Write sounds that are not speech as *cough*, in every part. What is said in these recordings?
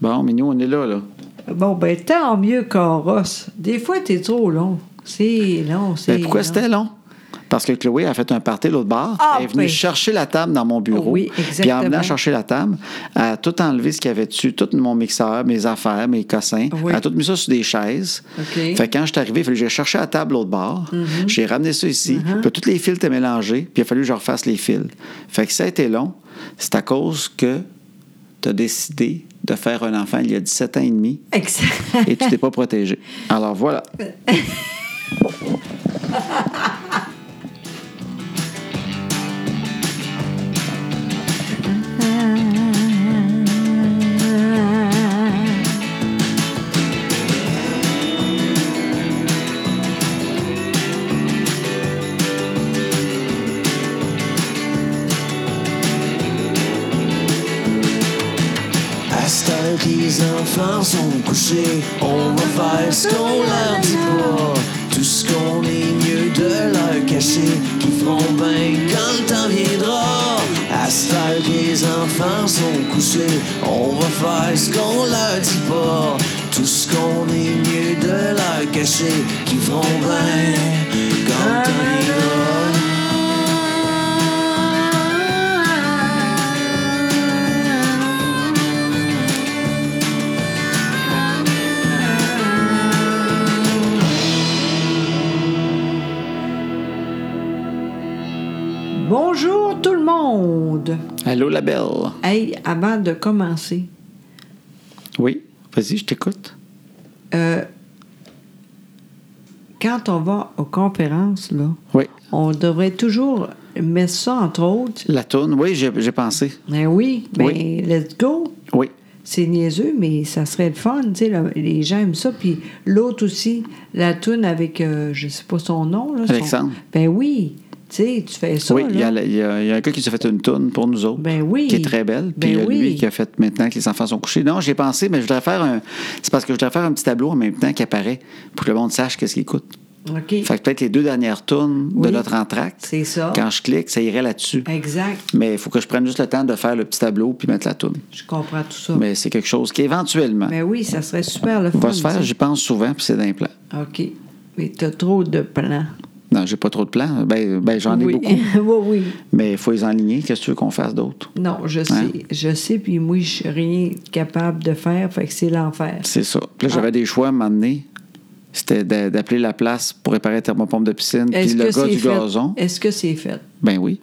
Bon, mais nous, on est là, là. Bon, ben, tant mieux, Coros. Des fois, t'es trop long. C'est long, c'est. Ben, pourquoi long. c'était long? Parce que Chloé a fait un party l'autre bar. Ah, elle est venue ben. chercher la table dans mon bureau. Oui, Puis en venant exactement. chercher la table, elle a tout enlevé ce qu'il y avait dessus, tout mon mixeur, mes affaires, mes cossins. Oui. Elle a tout mis ça sur des chaises. OK. Mhm. Fait que quand je suis arrivé, il fallait que j'ai cherché la table l'autre bar. J'ai ramené ça ici. Puis tous les fils étaient mélangés. Puis il a fallu que je refasse les fils. Fait que ça a été long. C'est à cause que tu as décidé de faire un enfant il y a 17 ans et demi Exact. et tu t'es pas protégé. Alors *laughs* voilà. À ce temps que les enfants sont couchés, on va faire ce qu'on leur dit pas. Tout ce qu'on est mieux de leur cacher, qui feront bien quand le temps viendra. À ce temps que les enfants sont couchés, on va faire ce qu'on leur dit pas. Tout ce qu'on est mieux de leur cacher, qui feront bien quand le temps viendra. Bonjour tout le monde. Allô, la belle. Hey, avant de commencer, Oui, vas-y, je t'écoute. euh, quand on va aux conférences, là, Oui. on devrait toujours mettre ça entre autres. La tourne, oui, j'ai j'ai pensé. Ben oui, ben Oui. let's go. Oui. C'est niaiseux, mais ça serait le fun, tu sais, là, les gens aiment ça. Puis l'autre aussi, la toune avec, euh, je sais pas son nom. Là, son- Alexandre. Ben oui, tu sais, tu fais ça, oui, il y, a, là. la- il y a- il y a un gars qui s'est fait une tourne pour nous autres. Ben oui. Qui est très belle. Puis Ben il y a lui oui. qui a fait maintenant que les enfants sont couchés. Non, j'ai pensé, mais je voudrais faire un. C'est parce que je voudrais faire un petit tableau en même temps qui apparaît pour que le monde sache qu'est-ce qu'il écoute. OK. Fait que peut-être les deux dernières tournes de Oui. notre entracte. C'est ça. Quand je clique, ça irait là-dessus. Exact, Mais il faut que je prenne juste le temps de faire le petit tableau puis mettre la tourne. je comprends tout ça. Mais c'est quelque chose qui éventuellement Ah. Ben oui, ça serait super le fun. va se faire. ça. J'y pense souvent puis c'est d'un plan. OK. Mais t'as trop de plans. Non, j'ai pas trop de plans. Ben, ben, j'en ai oui. beaucoup. *laughs* oui, oui. Mais il faut les enligner. Qu'est-ce que tu veux qu'on fasse d'autre? Non, je sais. Hein? Je sais, puis moi, je suis rien capable de faire, fait que c'est l'enfer. C'est ça. Puis là, j'avais Ah. des choix à m'amener. C'était d'a- d'appeler la place pour réparer la thermopompe de piscine, puis Est-ce le que gars c'est du fait? gazon. Est-ce que c'est fait? Ben oui.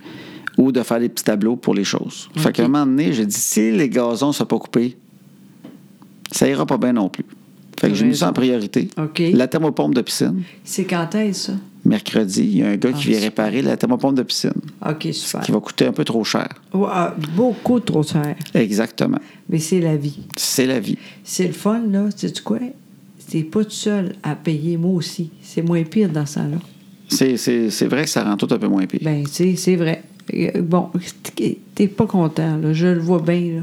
Ou de faire des petits tableaux pour les choses. Fait OK. qu'à un moment donné, j'ai dit, si les gazons ne sont pas coupés, ça ira pas bien non plus. Fait que j'ai mis ça en priorité. OK. La thermopompe de piscine. C'est quand est-ce, ça? Mercredi, il y a un gars qui Ah, vient super. réparer la thermopompe de piscine, OK, super. qui va coûter un peu trop cher. Ouais, ah, beaucoup trop cher. Exactement. Mais c'est la vie. C'est la vie. C'est le fun, là. Sais-tu quoi? T'es pas tout seul à payer, moi aussi. C'est moins pire dans ça, là. C'est- C'est c'est vrai que ça rend tout un peu moins pire. Ben, tu sais, c'est vrai. Euh, Bon, t'es pas content, là. Je le vois bien, là.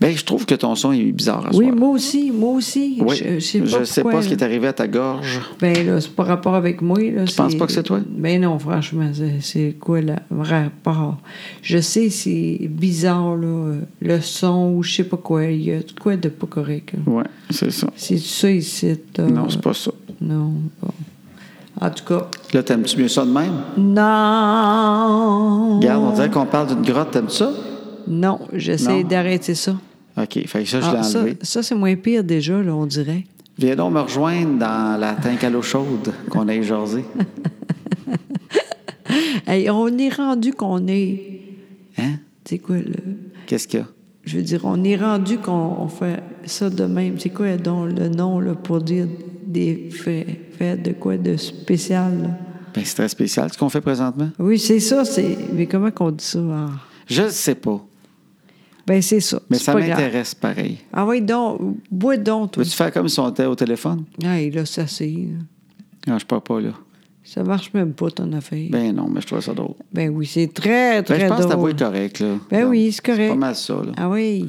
Ben, je trouve que ton son est bizarre à Oui, soir. moi aussi, moi aussi. Oui. Je, je sais pas, pourquoi, hein. ce qui est là. arrivé à ta gorge. Ben là, c'est pas rapport avec moi. Là, Tu penses pas que c'est toi? Ben non, franchement, c'est- c'est quoi le rapport? Je sais, c'est bizarre, là, euh, le son ou je sais pas quoi. Il y a de quoi de pas correct. là. Oui, c'est ça. C'est ça ici? là? Non, c'est pas ça. Non, bon. En tout cas, Là, t'aimes-tu mieux ça de même? non! Regarde, on dirait qu'on parle d'une grotte, t'aimes ça? Non, j'essaie Non. d'arrêter ça. OK, fait que ça, je Ah, l'ai ça, enlevé. ça c'est moins pire déjà, là, on dirait. Viens donc me rejoindre dans la tank à l'eau chaude qu'on a *laughs* jasé. Hey, on est rendu qu'on est... Hein? Tu sais quoi, le... Qu'est-ce qu'il y a? Je veux dire, on est rendu qu'on on fait ça de même. C'est quoi donc, le nom là, pour dire des faits, faits de quoi de spécial? là? Ben, c'est très spécial ce qu'on fait présentement. Oui, c'est ça. c'est Mais comment qu'on dit ça? Ah. Je le sais pas, Ben, c'est ça. mais c'est ça pas grave. m'intéresse pareil. Ah oui, donc, bois donc, toi. Veux-tu faire comme si on était au téléphone? Hey, là, ça c'est... Non, je parle pas, là. Ça marche même pas, ton affaire. Ben, Ben non, mais je trouve ça drôle. oui, c'est très, Ben, très je pense que ta voix drôle. est correcte, là. Ben Non, oui, c'est correct. C'est pas mal ça, là. Ah oui.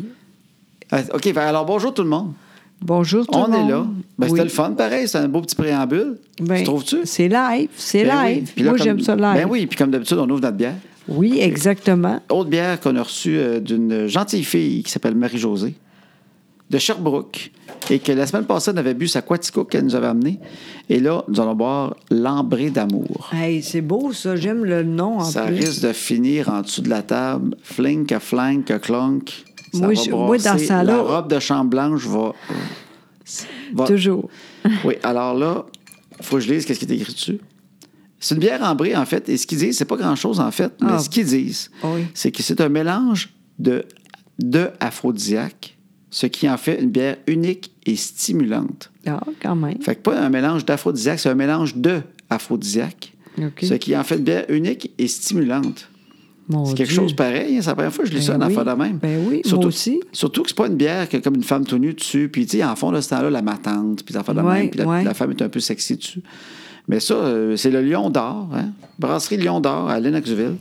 Ah, OK, fait- alors bonjour tout le monde. Bonjour, tout On le est monde. là. Ben, Oui. C'était le fun, pareil. C'est un beau petit préambule. Ben, tu trouves-tu? C'est live, c'est Ben oui. live. Puis là, Moi, comme- j'aime ça live. Ben oui, puis comme d'habitude, on ouvre notre bière. Oui, exactement. Autre bière qu'on a reçue euh, d'une gentille fille qui s'appelle Marie-Josée. de Sherbrooke et que la semaine passée, on avait bu sa Quatico qu'elle nous avait amenée. Et là, nous allons boire l'ambré d'amour. Hey, c'est beau, ça. J'aime le nom, en Ça plus. risque de finir en dessous de la table. Flink, à flank, à clonk. Ça Moi, va je- moi, dans brasser. ça, La là- robe de chambre blanche va... va- Toujours. Oui, alors là, il faut que je lise qu'est-ce qui est écrit dessus. C'est une bière ambrée, en fait. Et ce qu'ils disent, c'est pas grand-chose, en fait. Mais Ah. ce qu'ils disent, Oui. c'est que c'est un mélange de, de aphrodisiaques, ce qui en fait une bière unique et stimulante. Ah, quand même. Fait que pas un mélange d'aphrodisiaque, c'est un mélange de aphrodisiaque, OK. ce qui en fait une bière unique et stimulante. Mon C'est quelque Dieu. chose pareil, hein, c'est la première fois que je lis Ben ça, un oui. enfant de même. Ben oui, moi surtout, aussi. Surtout que c'est pas une bière que comme une femme tout nue dessus, puis tu sais, en fond, de ce temps-là, la matante, puis l'enfant de Ouais, même, puis la, ouais. la femme est un peu sexy dessus. Mais ça, euh, c'est le Lion d'Or, hein? Brasserie Lion d'Or à Lennoxville.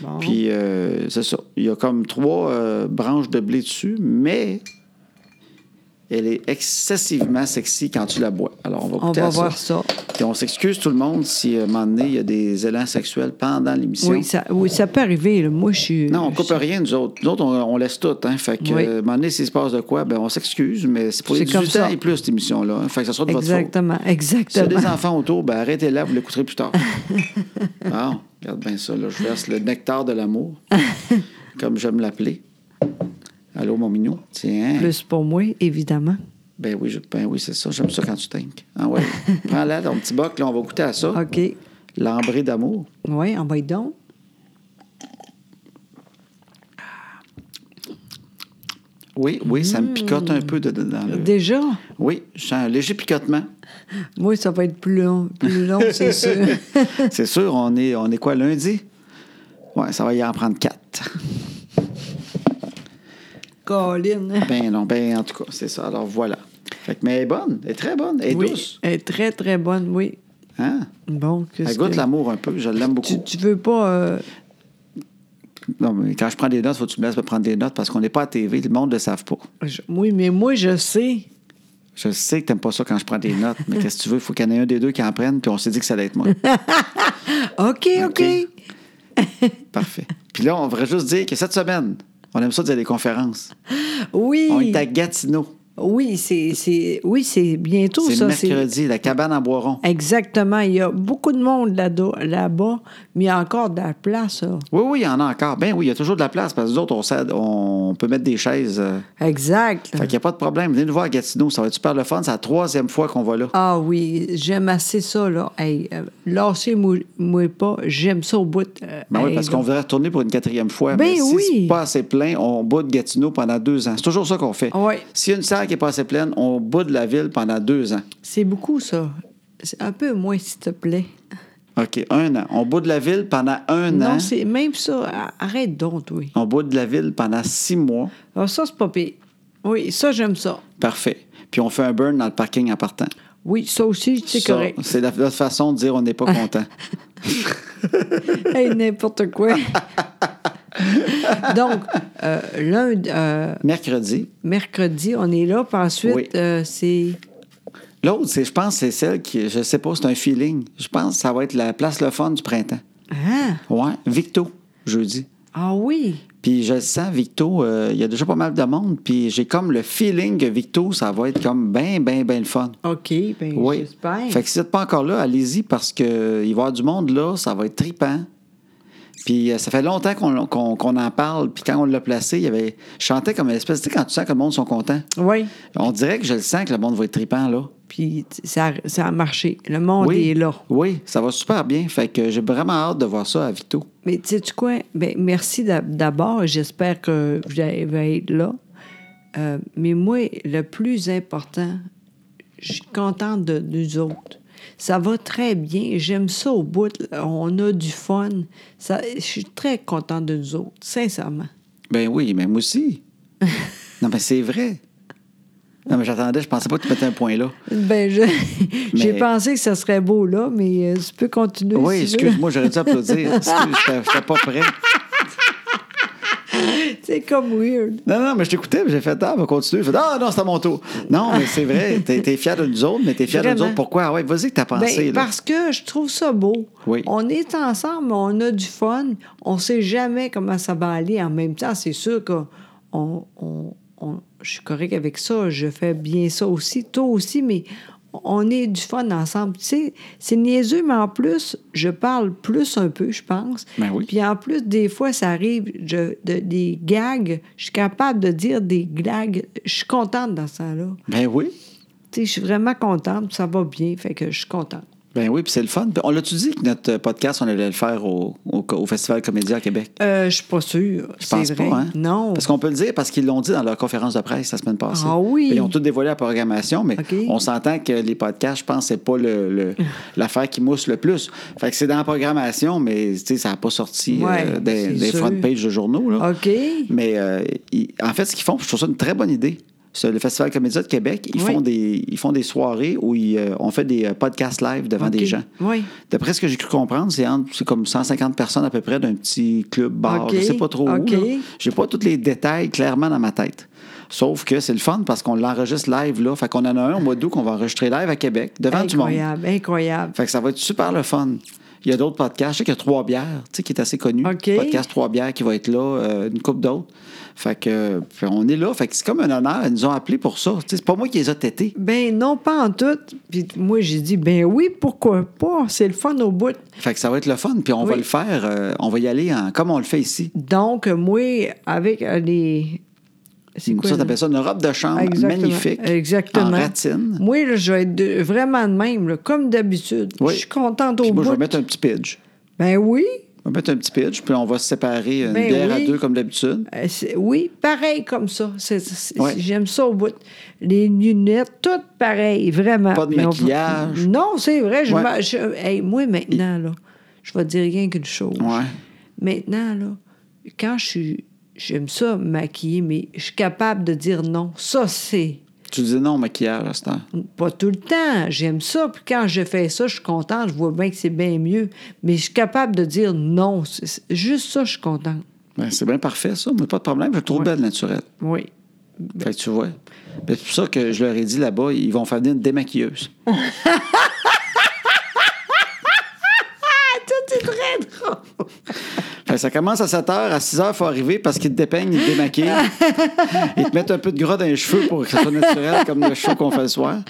Bon. Puis euh, c'est ça. Il y a comme trois euh, branches de blé dessus, mais elle est excessivement sexy quand tu la bois. Alors, on va On goûter va à ça. voir ça. Puis on s'excuse tout le monde si, euh, à un moment donné, il y a des élans sexuels pendant l'émission. Oui, ça, oui, ça peut arriver. là. Moi, je suis... Non, on je coupe suis- rien, nous autres. Nous autres, on, on laisse tout. Hein. Fait que, Oui. euh, à un moment donné, s'il se passe de quoi, ben, on s'excuse, mais c'est pour les C'est comme 18 ans ça. et plus, cette émission-là. hein. Fait que ça sera de votre faute. Exactement, Si y a des exactement. enfants autour, ben, arrêtez là, vous l'écouterez plus *laughs* tard. ah, regarde bien ça. Là, je verse le nectar de *laughs* l'amour, comme j'aime l'appeler. Allô, mon minou. Tiens. Plus pour moi, évidemment. Ben oui, je- ben oui c'est ça. J'aime ça quand tu tinques. Ah *laughs* ouais. Prends-la, ton petit boc. Là, on va goûter à ça. OK. L'ambré d'amour. Oui, on va y donc. Oui, oui, ça me picote Mm. un peu de, de- dans le... Déjà, Oui, je sens un léger picotement. moi, ça va être plus long, plus long *laughs* c'est sûr. C'est sûr, on est, on est quoi, lundi? Ouais, ça va y en prendre quatre. Colline. Ben non, ben en tout cas, c'est ça. Alors voilà. Fait que, mais elle est bonne, elle est très bonne, elle est Oui, douce. elle est très, très bonne, oui. Hein? Bon, qu'est-ce Elle goûte que- l'amour un peu, je l'aime beaucoup. Tu, tu veux pas... euh, Non, mais quand je prends des notes, faut que tu me laisses me prendre des notes parce qu'on n'est pas à TV, le monde ne le savent pas. je- Oui, mais moi, je sais. Je sais que t'aimes pas ça quand je prends des notes, mais qu'est-ce que tu veux? Il faut qu'il y en ait un des deux qui en prenne, puis on s'est dit que ça allait être *laughs* moi. OK, OK. OK. Parfait. Puis là, on devrait juste dire que cette semaine, on aime ça dire des conférences. Oui. On est à Gatineau. Oui, c'est, c'est, oui, c'est bientôt C'est ça. mercredi, la cabane à Boiron. Exactement. Il y a beaucoup de monde là-do- là-bas, mais il y a encore de la place. là. Oui, oui, il y en a encore. Ben oui, il y a toujours de la place parce que nous autres, on, s'aide- on peut mettre des chaises. euh. Exact. Fait qu'il n'y a pas de problème. Venez nous voir à Gatineau. Ça va être super le fun. C'est la troisième fois qu'on va là. Ah oui, j'aime assez ça, là. Hey, euh, lâchez-moi moi pas, j'aime ça au bout. euh, Ben oui, hey, parce qu'on voudrait retourner pour une quatrième fois. Ben mais si oui. c'est pas assez plein, on boude Gatineau pendant deux ans. C'est toujours ça qu'on fait. Ah ouais. S'il y a une salle qui n'est pas assez pleine, on boude la ville pendant deux ans. C'est beaucoup, ça. C'est un peu moins, s'il te plaît. OK, un an. On boude la ville pendant un an. Non, c'est même ça. a- Arrête donc, oui. On boude la ville pendant six mois. Alors, Ah, ça, c'est pas pire. Oui, ça, j'aime ça. Parfait. Puis on fait un burn dans le parking en partant. Oui, ça aussi, c'est Ça, *laughs* correct. C'est la- notre façon de dire on n'est *laughs* pas content. Hey, n'importe quoi. Donc, euh, lundi, euh, Mercredi, mercredi, on est là. Puis ensuite, Oui. euh, c'est. L'autre, c'est, je pense, c'est celle qui, je sais pas, c'est un feeling. Je pense que ça va être la place le fun du printemps. Ah, Ouais, Victo, jeudi. ah oui. Puis je le sens, Victo, euh, il y a déjà pas mal de monde. Puis j'ai comme le feeling que Victo, ça va être comme ben, ben, ben le fun. OK, ben, Oui. j'espère. Fait que si vous n'êtes pas encore là, allez-y parce qu'il va y avoir du monde là, ça va être tripant. Puis euh, ça fait longtemps qu'on, qu'on- qu'on en parle. Puis quand on l'a placé, il y avait. Je chantais comme une espèce. Tu sais, quand tu sens que le monde sont contents, Oui. on dirait que je le sens que le monde va être tripant là. Puis t- ça, a- ça a marché. Le monde est là. Oui, ça va super bien. Fait que j'ai vraiment hâte de voir ça à Vito. Mais tu sais quoi? Ben, merci d'ab- d'abord. J'espère que vous allez être là. Euh, mais moi, le plus important, je suis contente de nous autres. Ça va très bien. J'aime ça au bout. On a du fun. Ça, je suis très contente de nous autres, sincèrement. Ben oui, mais moi *laughs* aussi. non, mais c'est vrai. Non, mais j'attendais, je pensais pas que tu mettais un point là. Ben, je- *laughs* j'ai Mais- pensé que ça serait beau, là, mais euh, tu peux continuer. Oui, si tu *laughs* veux. excuse-moi, j'aurais dû applaudir. Excuse, j'étais j'étais pas prêt. C'est comme weird. Non, non, mais je t'écoutais, puis j'ai fait, ah, va continuer. J'ai fait, ah, non, c'est à mon tour. Non, mais c'est vrai, t'es, t'es fier de nous autres, mais t'es fier de nous Vraiment. autres. Pourquoi? Ah ouais, vas-y que t'as Ben, pensé. là. parce que je trouve ça beau. Oui. On est ensemble, on a du fun. On sait jamais comment ça va aller en même temps. C'est sûr que on, on- on- je suis correct avec ça, je fais bien ça aussi, toi aussi, mais on est du fun ensemble. Tu sais, c'est niaiseux, mais en plus, je parle plus un peu, je pense. Ben oui. Puis en plus, des fois, ça arrive, je- de- des gags, je suis capable de dire des gags. Je suis contente dans ce temps-là. Ben oui. Tu sais, je suis vraiment contente, puis ça va bien, fait que je suis contente. Ben oui, puis c'est le fun. Puis On l'a-tu dit que notre podcast, on allait le faire au, au- au Festival Comédia à Québec? Euh, je suis pas sûre. Je pense c'est vrai. pas, hein? Non. Parce qu'on peut le dire parce qu'ils l'ont dit dans leur conférence de presse la semaine passée. Ah oui! Ils ont tout dévoilé la programmation, mais OK. on s'entend que les podcasts, je pense, c'est pas le- *laughs* le- l'affaire qui mousse le plus. Fait que c'est dans la programmation, mais tu sais, ça n'a pas sorti euh, Ouais, des, c'est des sûr. front pages de journaux. Là. OK. Mais euh, ils- en fait, ce qu'ils font, je trouve ça une très bonne idée. C'est Le Festival Comédia de Québec, ils, Oui. font, des, ils font des soirées où ils, euh, on fait des euh, podcasts live devant OK. des gens. Oui. D'après ce que j'ai cru comprendre, c'est entre- c'est comme 150 personnes à peu près d'un petit club bar. OK. Je sais pas trop OK. où. là. J'ai pas tous les détails clairement dans ma tête. Sauf que c'est le fun parce qu'on l'enregistre live là. Fait qu'on en a un au mois d'août qu'on va enregistrer live à Québec devant du monde. Incroyable, incroyable. Fait que ça va être super le fun. Il y a d'autres podcasts. Je sais qu'il y a Trois Bières, tu sais, qui est assez connu. OK. Podcast Trois Bières qui va être là, euh, une coupe d'autres. Fait que euh, puis on est là. Fait que c'est comme un honneur. Ils nous ont appelés pour ça. Tu sais, C'est pas moi qui les a tétés. Ben non, pas en tout. Puis moi, j'ai dit, ben oui, pourquoi pas? C'est le fun au bout. Fait que ça va être le fun. Puis on va Oui. le faire. euh, on va y aller en- comme on le fait ici. Donc, moi, avec euh, les... C'est Ça, là? t'appelles ça une robe de chambre Exactement. magnifique. Exactement. En ratine. Moi, là, je vais être de- vraiment de même, là, comme d'habitude. Oui. Je suis contente au Puis moi, je bout. vais mettre un petit pitch. Ben oui. On va mettre un petit pitch, puis on va se séparer une Ben bière à oui. deux comme d'habitude. Euh, c'est- Oui, pareil comme ça. C'est- c'est- Ouais. c'est- J'aime ça au bout. Les lunettes, toutes pareilles, vraiment. Pas de Mais on- maquillage. Non, c'est vrai. Je Ouais. m'a- je- hey, moi, maintenant, là, je vais te dire rien qu'une chose. Ouais. Maintenant, là, quand je suis... J'aime ça, maquiller, mais je suis capable de dire non. Ça, c'est... Tu dis non au maquillage à ce temps. Pas tout le temps. J'aime ça. Puis quand je fais ça, je suis contente. Je vois bien que c'est bien mieux. Mais je suis capable de dire non. C'est- c'est- Juste ça, je suis contente. Ben, c'est bien parfait, ça. Mais pas de problème, je le trouve belle, naturelle. Oui. Fait que tu vois. Ben, c'est pour ça que je leur ai dit là-bas, ils vont faire venir une démaquilleuse. Ah, ça, c'est très drôle. Fait que ça commence à 7 h, à 6 h, il faut arriver parce qu'ils te dépeignent, ils te démaquillent. ils te mettent un peu de gras dans les cheveux pour que ça soit naturel comme le show qu'on fait le soir.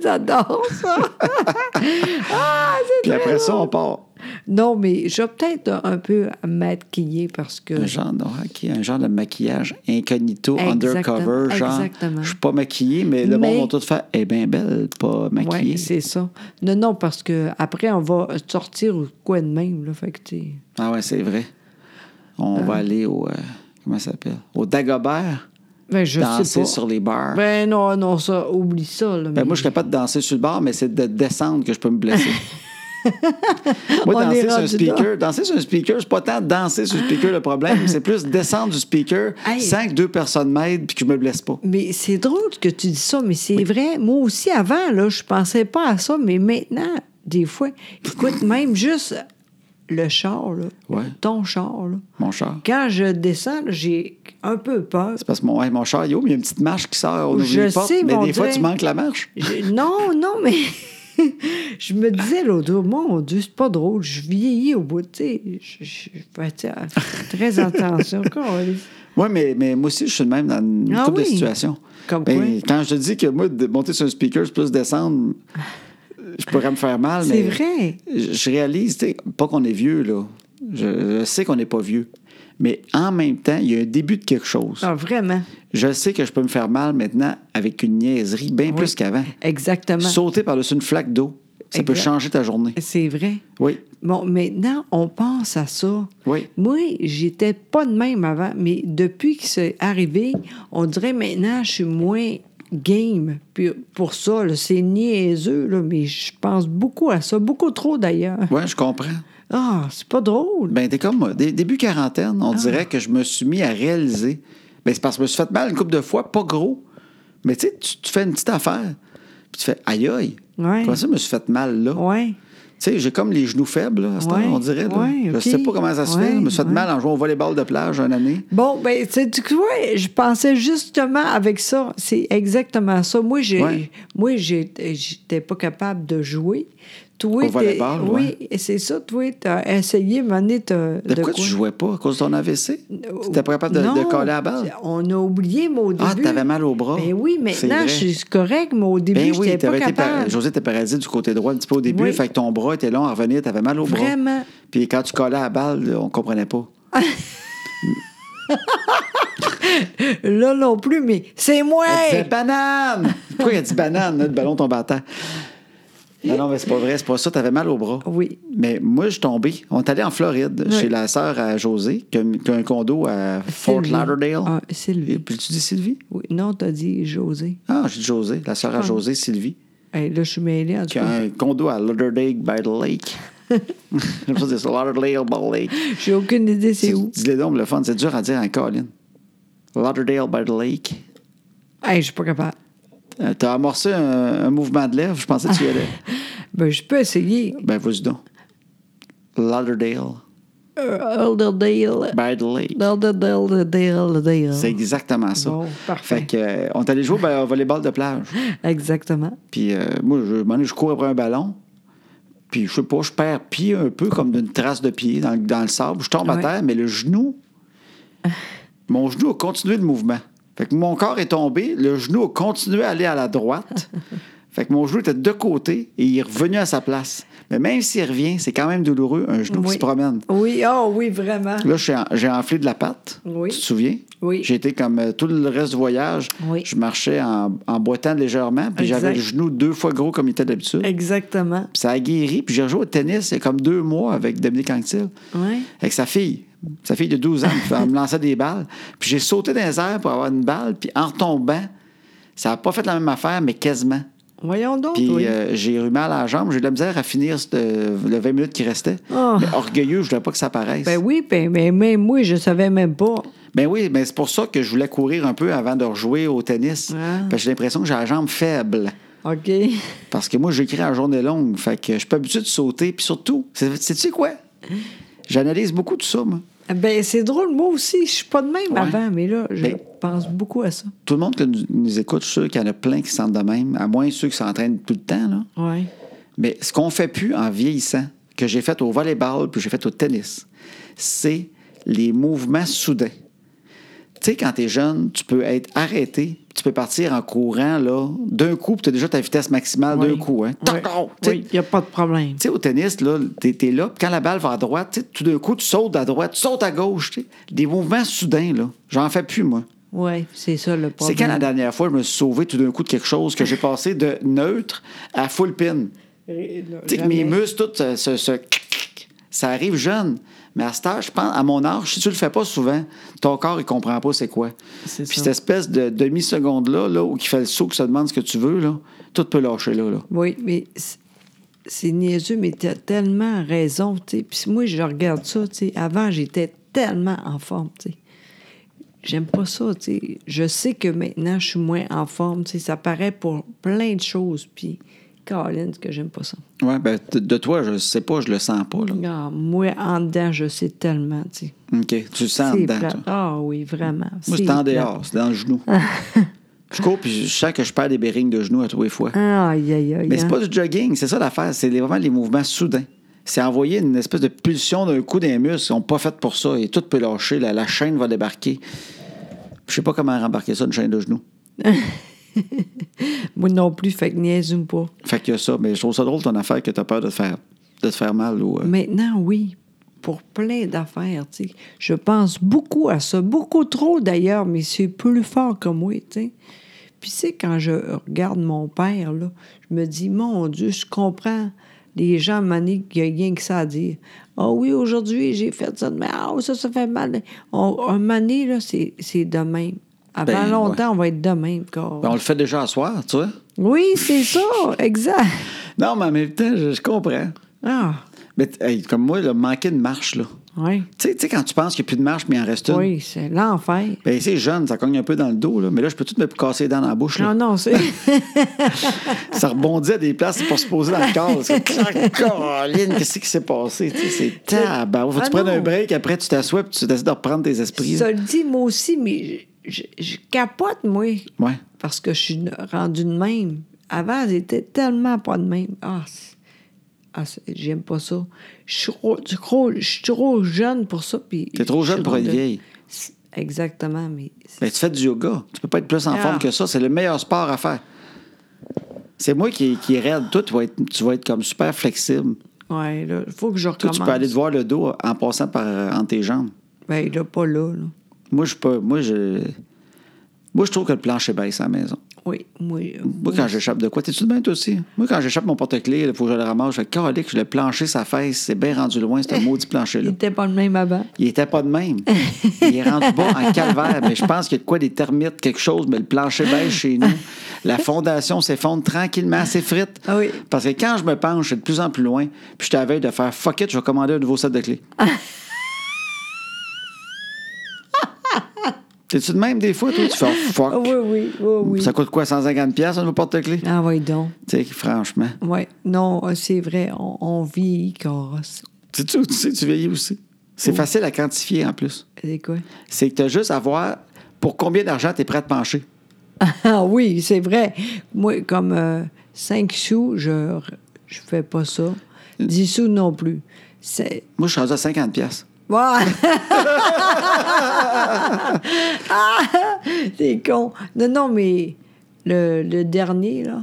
J'adore ça. ah, c'est Puis très après drôle. ça, on part. Non, mais je vais peut-être un- un peu maquiller parce que... Un genre, de, ok, un genre de maquillage incognito, Exactement, undercover, genre. exactement. Je suis pas maquillée, mais le Mais- monde va tout faire. Eh bien, belle, pas maquillée. Oui, c'est ça. Non, non, parce que après on va sortir ou quoi de même. Là, fait que, tu sais, ah ouais, c'est vrai. On va aller au. euh, comment ça s'appelle Au Dagobert, ben, je sais danser pas. sur les bars. Ben, Ben non, non, ça, oublie ça. Là, mais- moi, je suis capable de danser sur le bar, mais c'est de descendre que je peux me *laughs* blesser. On Moi, est danser sur un rendu là. speaker, danser sur un speaker, c'est pas tant danser sur le speaker le problème, *laughs* c'est plus descendre du speaker Hey. sans que deux personnes m'aident puis que je me blesse pas. Mais c'est drôle que tu dis ça, mais c'est vrai. Moi aussi, avant, là, je pensais pas à ça, mais maintenant, des fois, *laughs* écoute, même juste le char, là, Ouais. ton char, là, Mon char. quand je descends, là, j'ai un peu peur. C'est parce que mon, hey, mon char, yo, mais il y a une petite marche qui sort, on ouvre Je les portes, sais, mais mon des fois, Dieu. tu manques la marche. Je- non, non, mais *laughs* je me disais l'autre jour, mon Dieu, c'est pas drôle, je vieillis au bout, tu sais. Je, je- je fais *laughs* très attention. câlisse. Oui, mais, mais moi aussi, je suis le même dans une Ah couple de oui? situations. Comme Ben, quoi? Quand je te dis que moi, de monter sur un speaker, c'est plus descendre, je pourrais me faire mal. C'est mais vrai. Je je réalise, tu sais, pas qu'on est vieux, là. Je, je sais qu'on n'est pas vieux. Mais en même temps, il y a un début de quelque chose. Ah, vraiment. Je sais que je peux me faire mal maintenant avec une niaiserie bien plus qu'avant. Exactement. Sauter par-dessus une flaque d'eau, ça peut Exact. changer ta journée. C'est vrai. Oui. Bon, maintenant, on pense à ça. Oui. Moi, j'étais pas de même avant, mais depuis que c'est arrivé, on dirait maintenant, je suis moins game. Puis pour ça, là, c'est niaiseux, là, mais je pense beaucoup à ça, beaucoup trop d'ailleurs. Oui, je comprends. Ah, c'est pas drôle. Ben, t'es comme moi. Dé- début quarantaine, Ah. on dirait que je me suis mis à réaliser. Ben, c'est parce que je me suis fait mal une couple de fois, pas gros. Mais tu sais, tu- tu fais une petite affaire. Puis tu fais aïe aïe. Ouais. Comment ça, je me suis fait mal là? Ouais. Tu sais, j'ai comme les genoux faibles, là, à ce temps, Ouais. on dirait. Là. Ouais, Je ok. sais pas comment ça se fait. Ouais, Je me suis fait ouais. mal en jouant au volleyball de plage une année. Bon, ben, tu tu vois, je pensais justement avec ça, c'est exactement ça. Moi, j'ai, Ouais. moi, j'ai- j'étais pas capable de jouer. Toi, Au t'es- volleyball, oui, et c'est ça. Toi, t'as essayé, mané, t'as... Euh, Mais pourquoi tu jouais pas? À cause de ton AVC? Tu n'étais pas capable de, de Non, coller à la balle? On a oublié, moi, au début. Ah, t'avais mal au bras. Ben oui, C'est maintenant, vrai. je suis correct, mais au début, Ben je oui, n'étais pas t'avais été par... capable. José était paralysé du côté droit un petit peu au début, Oui. fait que ton bras était long à revenir, t'avais mal au bras. Vraiment. Puis quand tu collais à la balle, là, on comprenait pas. Là non plus, mais c'est moi! Elle disait banane! Pourquoi il a dit banane, là, le ballon tombe à terre? Non, non, mais c'est pas vrai, c'est pas ça, t'avais mal au bras. Oui. Mais moi, je suis tombé. On est allé en Floride Oui. chez la sœur à José, qui a, qui a un condo à Fort Sylvie. Lauderdale. Ah, Sylvie. Et puis tu dis Sylvie? Oui, non, t'as dit José. Ah, j'ai dit José, la sœur à José, Sylvie, Hey, là, je suis mêlée en tout qui a cas. un condo à Lauderdale by the *laughs* Lake. J'aime ça dire ça, Lauderdale by the Lake. J'ai aucune idée c'est où. Dis-le donc, le fun, c'est dur à dire en Colin. Lauderdale by the Lake. Hey, je suis pas capable. Euh, T'as amorcé un, un mouvement de lèvres, je pensais que tu y allais. Ben, je peux essayer. ben, vas-y donc. Lauderdale Euh, Lauderdale. by the Lake. Lauderdale, Lauderdale, Lauderdale. C'est exactement ça. Bon, parfait. Fait que, euh, on est allé jouer ben, au volleyball de plage. Exactement. Puis euh, moi, je, un moment donné, je cours après un ballon. Puis je sais pas, je perds pied un peu comme d'une trace de pied dans, le- dans le sable. Je tombe à Ouais. terre, mais le genou, mon genou a continué le mouvement. Fait que mon corps est tombé, le genou a continué à aller à la *laughs* droite. fait que mon genou était de côté et il est revenu à sa place. Mais même s'il revient, c'est quand même douloureux, un genou qui Oui. se promène. Oui, oh oui, vraiment. Là, je suis en- j'ai enflé de la patte. Oui. Tu te souviens? Oui. J'ai été comme euh, tout le reste du voyage. Oui. Je marchais en, en boitant légèrement, puis Exact. j'avais le genou deux fois gros comme il était d'habitude. Puis Exactement. ça a guéri, puis j'ai rejoué au tennis il y a comme deux mois avec Dominique Anctil, Oui. avec sa fille. Sa fille de 12 ans, puis elle me lançait des balles. Puis j'ai sauté dans les airs pour avoir une balle, puis en retombant, ça n'a pas fait la même affaire, mais quasiment. Voyons donc. Puis oui. euh, j'ai eu mal à la jambe, j'ai eu de la misère à finir cette- le 20 minutes qui restait. Oh. Mais orgueilleux, je voulais pas que ça paraisse. Ben oui, ben, mais même moi, je savais même pas. Ben oui, mais c'est pour ça que je voulais courir un peu avant de rejouer au tennis. Ah. Parce que j'ai l'impression que j'ai la jambe faible. OK. *laughs* Parce que moi, j'écris en journée longue. Fait que je suis pas habitué de sauter. Puis surtout, c'est- sais-tu sais quoi? J'analyse beaucoup tout ça, moi. Ben, c'est drôle, moi aussi, je suis pas de même Ouais. avant, mais là, je Ben- pense beaucoup à ça. Tout le monde qui nous, nous écoute, je suis sûr qu'il y en a plein qui se sentent de même, à moins ceux qui s'entraînent tout le temps. Là. Oui. Mais ce qu'on fait plus en vieillissant, que j'ai fait au volleyball, puis j'ai fait au tennis, c'est les mouvements soudains. Tu sais, quand t'es jeune, tu peux être arrêté, tu peux partir en courant, là, d'un coup, puis t'as déjà ta vitesse maximale d'un coup, hein. Toc, toc, tu sais. Oui, il n'y a pas de problème. Tu sais, au tennis, là, t'es, t'es là, puis quand la balle va à droite, tu sais, tout d'un coup, tu sautes à droite, tu sautes à gauche, tu sais. Des mouvements soudains, là. J'en fais plus, moi. Oui, c'est ça le C'est problème. quand la dernière fois, je me suis sauvé tout d'un coup de quelque chose que j'ai passé de neutre à full pin. Tu sais que mes muscles, tout ce, ce- ce- ça arrive jeune. Mais à cet âge, je pense, à mon âge, si tu le fais pas souvent, ton corps, il comprend pas c'est quoi. C'est Puis ça. cette espèce de demi-seconde-là, là, où qui fait le saut, qui se demande ce que tu veux, là, tout peut lâcher là. là. Oui, mais c'est- c'est niaiseux, mais tu as tellement raison. tu sais. Puis moi, je regarde ça. tu sais. Avant, j'étais tellement en forme. tu sais. J'aime pas ça. tu sais. Je sais que maintenant, je suis moins en forme. tu sais. Ça paraît pour plein de choses. Puis, Colin, que j'aime pas ça. Ouais, ben, t- de toi, je sais pas, je le sens pas. Là. Ah, moi, en dedans, je sais tellement. tu sais. OK. Tu le sens en C'est dedans, plate. toi. Ah oui, vraiment. Moi, C'est c'est en plate. dehors, c'est dans le *laughs* genou. je cours, puis je sens que je perds des bearings de genoux à tous les fois. Aïe, aïe, aïe. Mais c'est hein. pas du jogging, c'est ça l'affaire. C'est les- vraiment les mouvements soudains. C'est envoyer une espèce de pulsion d'un coup des muscles. Ils sont pas faits pour ça. Et tout peut lâcher. La, la chaîne va débarquer. Je sais pas comment rembarquer ça, une chaîne de genoux. Moi non plus, fait que niaise-moi pas. Fait qu'il y a ça. Mais je trouve ça drôle ton affaire que tu as peur de te faire, de te faire mal. Ou, euh, Maintenant, oui, pour plein d'affaires, tu sais. Je pense beaucoup à ça, beaucoup trop d'ailleurs, mais c'est plus fort que moi, tu sais. Puis, tu sais, quand je regarde mon père, là, je me dis, mon Dieu, je comprends les gens maniques qui a rien que ça à dire. Ah oui, aujourd'hui, j'ai fait ça, mais ah, ça, ça fait mal. On, un mané, là, c'est c'est de même. Avant Ben, ouais. longtemps, on va être de même. Car... ben, on le fait déjà à soir, tu vois. Oui, c'est ça, exact. Non, mais en même temps, je, je comprends. Ah, Mais t- hey, comme moi, là, manquer de marche, là. oui. Tu sais- tu sais, quand tu penses qu'il n'y a plus de marche, mais il en reste une. Oui, c'est l'enfer. Ben, c'est jeune, ça cogne un peu dans le dos, là. mais là, je peux tout me casser les dents dans la bouche. Non, Là. non, c'est. Ça rebondit à des places pour se poser dans le corps. C'est *laughs* comme, Caroline, qu'est-ce qui s'est passé? Tu sais, c'est tabarouette. Faut que tu Ah, prennes un non. break, après, tu t'assois puis tu décides de reprendre tes esprits. Ça le dit, moi aussi, mais je, je- je capote, moi. Ouais. Parce que je suis rendue de même. Avant, j'étais tellement pas de même. Ah, c'est- ah, c'est- j'aime pas ça. Je suis trop, je suis trop- je suis trop jeune pour ça. puis T'es trop je jeune suis pour dans être le- vieille. C'est- Exactement, mais Mais Ben, tu fais du yoga. Tu peux pas être plus en Ah. forme que ça. C'est le meilleur sport à faire. C'est moi qui, qui est raide. Toi, tu vas, être, tu vas être comme super flexible. ouais, là, il faut que je Toi, recommence. tu peux aller te voir le dos en passant par euh, entre tes jambes. Ben, là, pas là, là. Moi, je peux. Moi, je. Moi, je trouve que le planche est baisse à la maison. Oui, oui. Moi, quand j'échappe de quoi, t'es-tu de même, toi aussi? Moi, quand j'échappe mon porte-clés, il faut que je le ramasse. Je fais calique, je le plancher, sa fesse, c'est bien rendu loin, *laughs* ce maudit Il plancher-là. était pas le même avant. Il était pas de même. Il est rendu bas en calvaire, mais je pense qu'il y a de quoi des termites, quelque chose, mais le plancher baisse chez nous. La fondation s'effondre tranquillement, s'effrite. Ah oui. Parce que quand je me penche, je suis de plus en plus loin, puis je t'avais de faire fuck it, je vais commander un nouveau set de *laughs* clés. T'es-tu de même des fois, toi? Tu fais oh, fuck. Ah, oui, oui, oui, oui. Ça coûte quoi, 150$ piastres, un nouveau porte-clés? Ah, oui, donc. Tu sais, franchement. Oui, non, euh, c'est vrai, on, on vit, Coros. Tu sais, tu sais, tu vieillis aussi. Oh. C'est facile à quantifier en plus. C'est quoi? C'est que tu as juste à voir pour combien d'argent tu es prêt à te pencher. *laughs* Ah oui, c'est vrai. Moi, comme 5 sous, je je fais pas ça. 10 sous non plus. C'est... Moi, je suis rendu à 50 pièces. Ouais. *laughs* Ah, t'es con. Non, non, mais le, le dernier, là,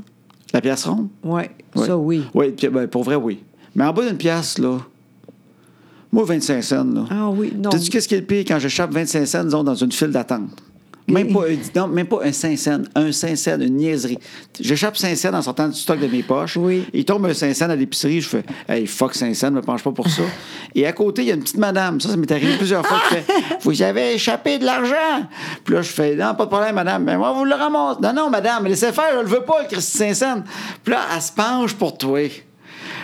La pièce ronde? ouais, ça oui. Oui, puis, ben, pour vrai, oui. Mais en bas d'une pièce, là, moi, 25 cents, là. Ah oui, non. Sais-tu qu'est-ce qui est le pire quand j'échappe 25 cents, disons, dans une file d'attente? Même pas, un- non, même pas un 5 cents, un 5 cents, une niaiserie. J'échappe 5 cents en sortant du stock de mes poches. Oui. Il tombe un 5 cents à l'épicerie, je fais Hey, fuck 5 cents, me penche pas pour ça. Et à côté, il y a une petite madame. Ça, ça m'est arrivé plusieurs fois. Je fais Vous avez échappé de l'argent. Puis là, je fais Non, pas de problème, madame. Mais moi, vous le ramasse. Non, non, madame, laissez faire, je le veux pas, le Christy 5 cents. Puis là, elle se penche pour toi.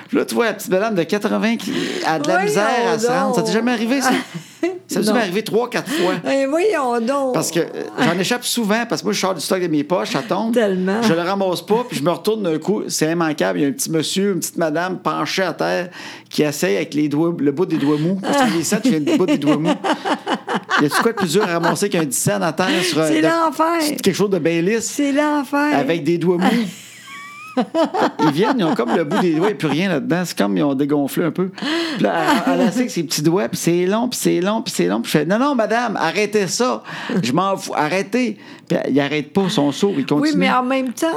Puis là, tu vois, la petite madame de 80 qui a de la Voyons misère à se rendre. Ça donc. t'est jamais arrivé, ça? Ça a dû Non. m'arriver trois, quatre fois. Eh, voyons donc. Parce que euh, j'en échappe souvent, parce que moi, je sors du stock de mes poches, ça tombe. Oh. Tellement. Je le ramasse pas, puis je me retourne d'un coup. C'est immanquable. Il y a un petit monsieur, une petite madame penchée à terre qui essaye avec les doigts, le bout des doigts mous. Parce que les cents, tu viens du bout des doigts mous. Y a-tu quoi de plus dur à ramasser qu'un 10 cents à terre sur un- C'est de- l'enfer. sur quelque chose de bien lisse C'est l'enfer. avec des doigts mous? *laughs* Ils viennent, ils ont comme le bout des doigts, il n'y a plus rien là-dedans. C'est comme ils ont dégonflé un peu. Puis là, elle- elle essaie avec ses petits doigts, puis c'est long, puis c'est long, puis c'est long. Puis je fais Non, non, madame, arrêtez ça. Je m'en fous, arrêtez. Puis il n'arrête pas son saut, il continue. Oui, mais en même temps,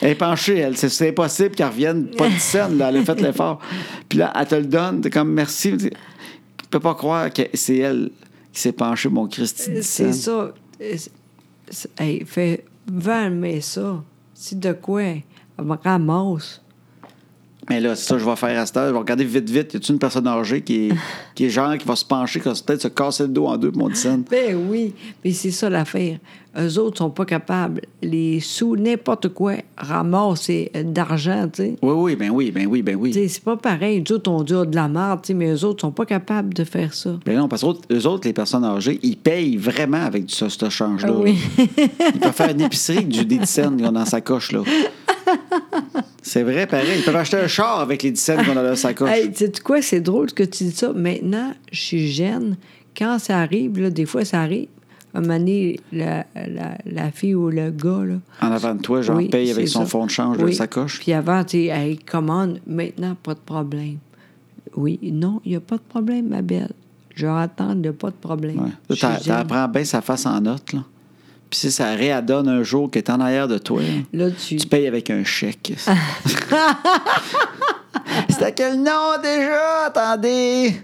Elle est penchée, elle. C'est- C'est impossible qu'elle revienne pas de scène, là. Elle a fait l'effort. Puis là, elle te le donne, t'es comme merci. Tu peux pas croire que c'est elle qui s'est penchée, mon Christine. c'est ça. Euh, c'est- Hey, fais mais ça. C'est de quoi? Ah, Ramasse. Mais là, c'est ça que je vais faire à cette heure. Je vais regarder vite, vite. Y a-tu une personne âgée qui est, qui est genre, qui va se pencher, qui va se- peut-être se casser le dos en deux, mon Dixon? Ben oui, mais c'est ça l'affaire. Eux autres sont pas capables. Les sous, n'importe quoi, ramasser euh, d'argent, tu sais. Oui, oui, ben oui, ben oui, ben Tu oui. sais, C'est pas pareil. Nous autres, on dit Ah, de la merde, tu sais, mais eux autres sont pas capables de faire ça. Ben non, parce que eux autres, les personnes âgées, ils payent vraiment avec du, ce, ce change-là. Ah oui. Ils peuvent faire une épicerie avec du, des 10 cents qu'ils ont dans sa coche, là. C'est vrai, pareil. Ils peuvent acheter un char avec les 10 cents qu'ils ont dans leur sacoche. Hey, tu sais quoi, c'est drôle que tu dis ça. Maintenant, je suis gêne. Quand ça arrive, là, des fois, ça arrive. À un moment donné, la, la, la fille ou le gars, là, En avant de toi, genre, Oui, paye avec c'est son ça. fonds de change de Oui. sacoche. Puis avant, tu sais, elle commande, maintenant, pas de problème. Oui, non, il n'y a pas de problème, ma belle. Je vais attendre, il n'y a pas de problème. Ouais. Je Là, t'a- suis zen. t'apprends bien sa face en note, là. Puis si ça réadonne un jour qu'elle est en arrière de toi, là, Là, tu- tu payes avec un chèque. *laughs* C'était quel nom déjà? Attendez!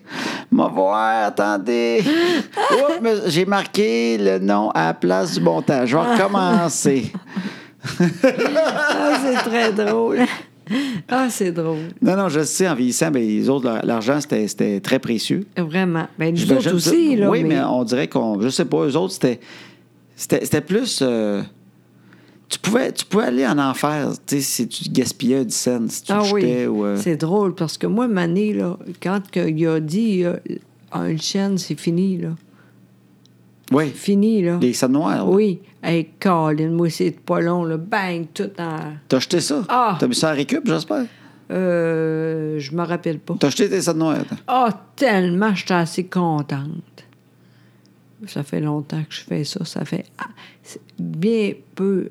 M'a voir, attendez! Oups, mais j'ai marqué le nom à la place du montage. Je vais recommencer. Ah, c'est *laughs* très drôle. Ah, c'est drôle. Non, non, je sais, en vieillissant, ben, les autres, leur- l'argent, c'était- c'était très précieux. Vraiment. Ben, nous J'imagine autres aussi, ça. là. Oui, mais... mais- on dirait qu'on. Je sais pas, eux autres, c'était. C'était c'était plus. euh, tu, pouvais, tu pouvais aller en enfer, tu sais, si tu gaspillais un 10 cents, si tu Ah oui, jetais ou. euh, c'est drôle, parce que moi, Mané, là, quand que il a dit, euh, Ah, une chaîne, c'est fini, là. Oui, Fini, là. les scènes noires. là. Oui. Hey, Colin, moi, c'est pas long, là. Bang, tout en... T'as jeté ça? Ah! T'as mis ça en récup, j'espère? Euh, je me rappelle pas. T'as jeté tes scènes noires. toi. Ah, tellement, j'étais assez contente. Ça fait longtemps que je fais ça. Ça fait ah, c'est bien peu,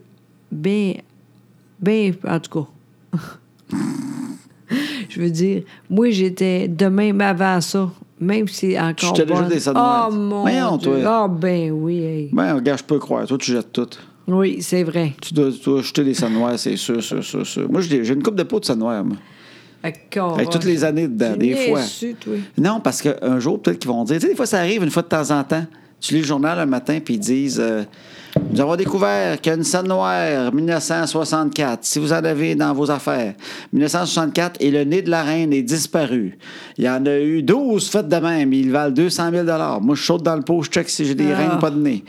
bien, bien, en tout cas. *laughs* Je je veux dire, moi, j'étais de même avant ça, même si encore. t'ai déjà bonne. des Oh adenoides. mon Voyons, Dieu. toi. Ah, ben oui. hey. Ben, regarde, je peux croire. Toi, tu jettes tout. Oui, c'est vrai. Tu dois, tu dois jeter des sanoirs, c'est sûr, sûr, sûr, sûr. Moi, j'ai j'ai une coupe de peau de sanoirs, moi. D'accord. Avec toutes les années dedans, Tu des fois. niaises-tu, toi? Non, parce qu'un jour, peut-être qu'ils vont dire. Tu sais, des fois, ça arrive une fois de temps en temps. Tu lis le journal un matin, puis ils disent euh, Nous avons découvert qu'une scène noire, 1964, si vous en avez dans vos affaires, 1964, et le nez de la reine est disparu. Il y en a eu 12 faites de même, ils valent 200 000 Moi, je saute dans le pot, je check si j'ai des Ah. reines pas de nez.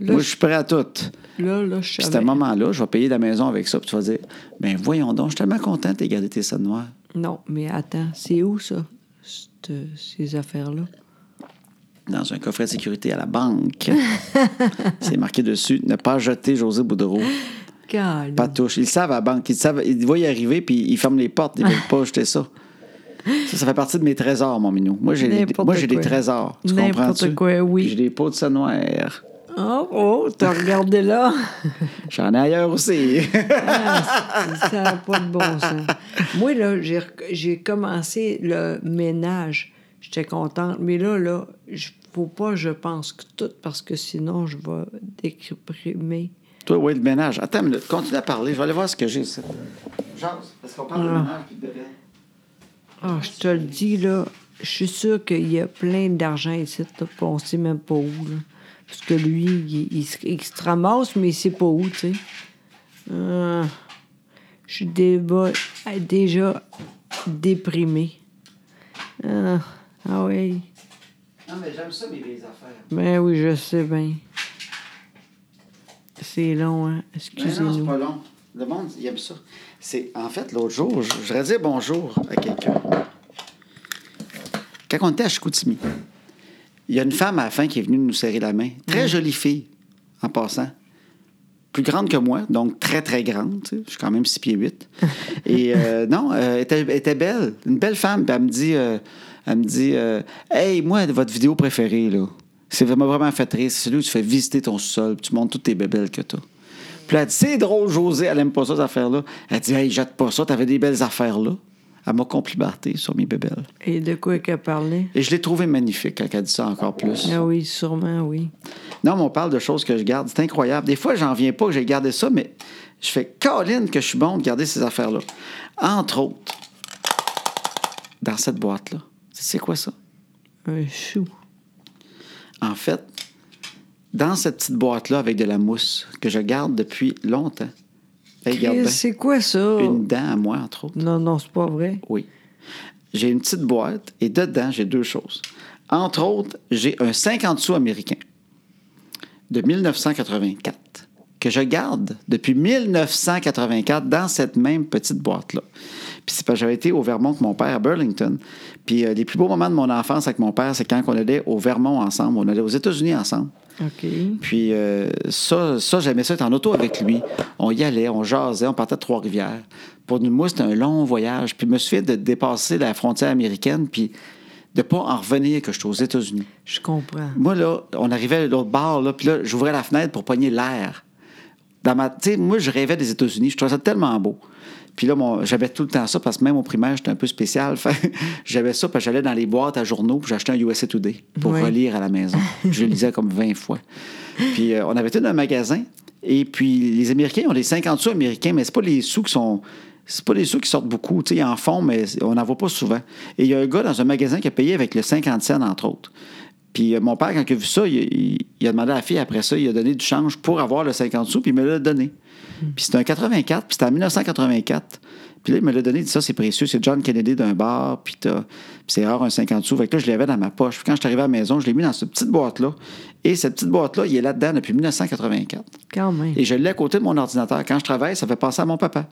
Là, Moi, je suis prêt à toutes. Là, là, je Puis c'est à savais. un moment-là, je vais payer la maison avec ça. Puis tu vas dire, ben voyons donc, je suis tellement content de garder tes scènes noires. Non, mais attends, c'est où ça, cette- ces affaires-là? Dans un coffret de sécurité à la *laughs* banque. c'est marqué dessus, ne pas jeter José Boudreau. Calme. Pas de touche. Ils le savent à la banque. Ils, le savent, ils voient y arriver, puis ils ferment les portes. Ils ne veulent pas jeter ça. Ça, ça fait partie de mes trésors, mon minou. Moi, j'ai des, N'importe moi, j'ai des quoi. trésors. Tu N'importe comprends-tu? quoi, oui. Puis J'ai des pots de scènes noires. Oh, oh, t'as regardé là. J'en ai ailleurs aussi. *laughs* *laughs* ça n'a pas de bon sens. Moi, là, j'ai rec- j'ai commencé le ménage. J'étais contente. Mais là, là, il faut pas que je pense que tout parce que sinon, je vais déprimer. Toi, oui, le ménage. Attends une minute. Continue à parler. Je vais aller voir ce que j'ai ici. Jase, est-ce qu'on parle de ménage puis de rêve? Ah, je te le dis, là, je suis sûre qu'il y a plein d'argent ici, là, puis on sait même pas où, là. Parce que lui, il, il se- il se ramasse, mais il sait pas où, tu sais. Ah, je suis déba- ah, déjà déprimée. Ah, ah oui. Non, mais j'aime ça, mes vieilles affaires. Ben oui, je sais bien. C'est long, hein? Mais Ben non, c'est Excusez-nous. pas long. Le monde, il aime ça. C'est, en fait, l'autre jour, je je voudrais dire bonjour à quelqu'un. Quand on était à Chicoutimi, il y a une femme à la fin qui est venue nous serrer la main. Très jolie fille, en passant. Plus grande que moi, donc très, très grande. tu sais. Je suis quand même 6 pieds 8. Et euh, non, euh, elle, était, elle était belle. Une belle femme. Puis elle me dit, euh, elle me dit euh, Hey, moi, votre vidéo préférée, là, c'est vraiment vraiment fait rire. C'est celui où tu fais visiter ton sol, puis tu montres toutes tes bébelles que t'as. Puis elle dit C'est drôle, José, elle aime pas ça, cette affaire-là. Elle dit Hey, jette pas ça, t'avais des belles affaires-là. Elle m'a complimenté sur mes bébelles. Et de quoi qu'elle parlait? Et je l'ai trouvé magnifique quand elle dit ça encore plus. Ah oui, sûrement, oui. Non, mais on parle de choses que je garde. C'est incroyable. Des fois, j'en viens pas que j'ai gardé ça, mais je fais Colin que je suis bon de garder ces affaires-là. Entre autres, dans cette boîte-là. C'est quoi ça? Un chou. En fait, dans cette petite boîte-là avec de la mousse que je garde depuis longtemps. Hey, regarde Chris, bien. C'est quoi ça? Une dent à moi, entre autres. Non, non, c'est pas vrai. Oui. J'ai une petite boîte et dedans, j'ai deux choses. Entre autres, j'ai un 50 sous américain de 1984 que je garde depuis 1984 dans cette même petite boîte-là. Puis c'est parce que j'avais été au Vermont avec mon père à Burlington. Puis euh, les plus beaux moments de mon enfance avec mon père, c'est quand on allait au Vermont ensemble, on allait aux États-Unis ensemble. OK. Puis euh, ça, ça j'aimais ça être en auto avec lui. On y allait, on jasait, on partait de Trois-Rivières. Pour nous, moi, c'était un long voyage. Puis je me souviens de dépasser la frontière américaine, puis de pas en revenir que j'étais aux États-Unis. Je comprends. Moi, là, on arrivait à l'autre bar, là, puis là, j'ouvrais la fenêtre pour pogner l'air. Dans ma... Tu sais, moi, je rêvais des États-Unis. Je trouvais ça tellement beau. Puis là, mon- j'avais tout le temps ça parce que même au primaire, j'étais un peu spécial. *laughs* Fait- j'avais ça parce que j'allais dans les boîtes à journaux puis j'achetais un USA Today pour Oui. relire à la maison. je le lisais comme 20 fois. Puis euh, on avait tout dans un magasin. Et puis les Américains ont les 50 sous américains, mais c'est pas les sous qui sont... C'est pas les sous qui sortent beaucoup. Tu sais, ils en font, mais on n'en voit pas souvent. Et il y a un gars dans un magasin qui a payé avec le 50 cents, entre autres. Puis euh, mon père, quand il a vu ça, il, il- il a demandé à la fille, après ça, il a donné du change pour avoir le 50 sous, puis il me l'a donné. Puis c'était un 84, puis c'était en 1984. Puis là, il me l'a donné, il dit ça, c'est précieux, c'est John Kennedy d'un bar, puis, t'as- puis c'est rare un 50 sous. Fait que là, je l'avais dans ma poche. Puis quand je suis arrivé à la maison, je l'ai mis dans cette petite boîte-là. Et cette petite boîte-là, il est là-dedans depuis 1984. Quand même. Et je l'ai à côté de mon ordinateur. Quand je travaille, ça fait penser à mon papa.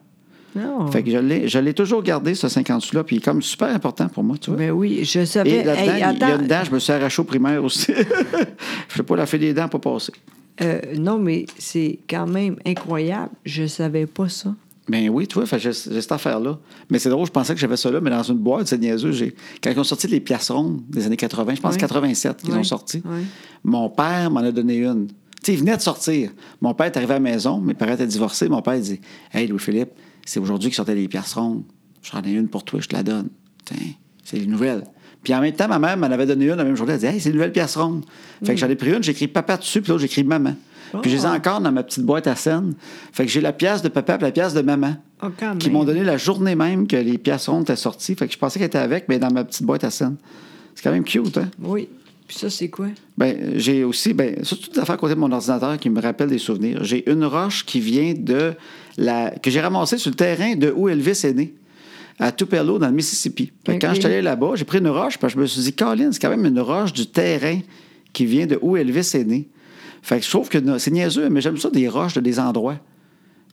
Non. Fait que je l'ai, je l'ai toujours gardé, ce 50 sous-là, puis il est comme super important pour moi, tu vois. Ben oui, je savais. Et là-dedans, Hey, il- il y a attends. une dent, je me suis arraché au primaire aussi. *laughs* je sais pas, la fille des dents pas passé. Euh, non, mais c'est quand même incroyable. Je savais pas ça. Ben oui, tu vois, fait que j'ai j'ai cette affaire-là. Mais c'est drôle, je pensais que j'avais ça là, mais dans une boîte, c'est niaiseux. j'ai- Quand ils ont sorti les pièces rondes des années 80, je pense Oui. 87 qu'ils Oui. ont sorti, Oui. mon père m'en a donné une. Tu sais, il venait de sortir. Mon père est arrivé à la maison, mes parents étaient divorcés. Mon père dit Hey, Louis-Philippe, c'est aujourd'hui qu'ils sortaient les pièces rondes. J'en ai une pour toi, je te la donne. Tiens, c'est une nouvelle. Puis en même temps, ma mère m'en avait donné une la même journée. Elle disait, hey, c'est une nouvelle pièce ronde. Fait que j'en ai pris une, j'ai écrit papa dessus, puis l'autre, j'ai écrit maman. Puis je les ai encore dans ma petite boîte à scène. Fait que j'ai la pièce de papa et la pièce de maman. Oh, quand qui même. m'ont donné la journée même que les pièces rondes étaient sorties. Fait que je pensais qu'elle était avec, mais dans ma petite boîte à scène. C'est quand même cute, hein? Oui. Puis ça, c'est quoi? Ben, euh, j'ai aussi, ben, surtout des affaires à côté de mon ordinateur qui me rappellent des souvenirs. J'ai une roche qui vient de la. que j'ai ramassée sur le terrain de où Elvis est né, à Tupelo, dans le Mississippi. Fait que Ok. Quand je suis allé là-bas, j'ai pris une roche, parce que je me suis dit, Colin, c'est quand même une roche du terrain qui vient de où Elvis est né. Fait que je trouve que no- c'est niaiseux, mais j'aime ça des roches de des endroits.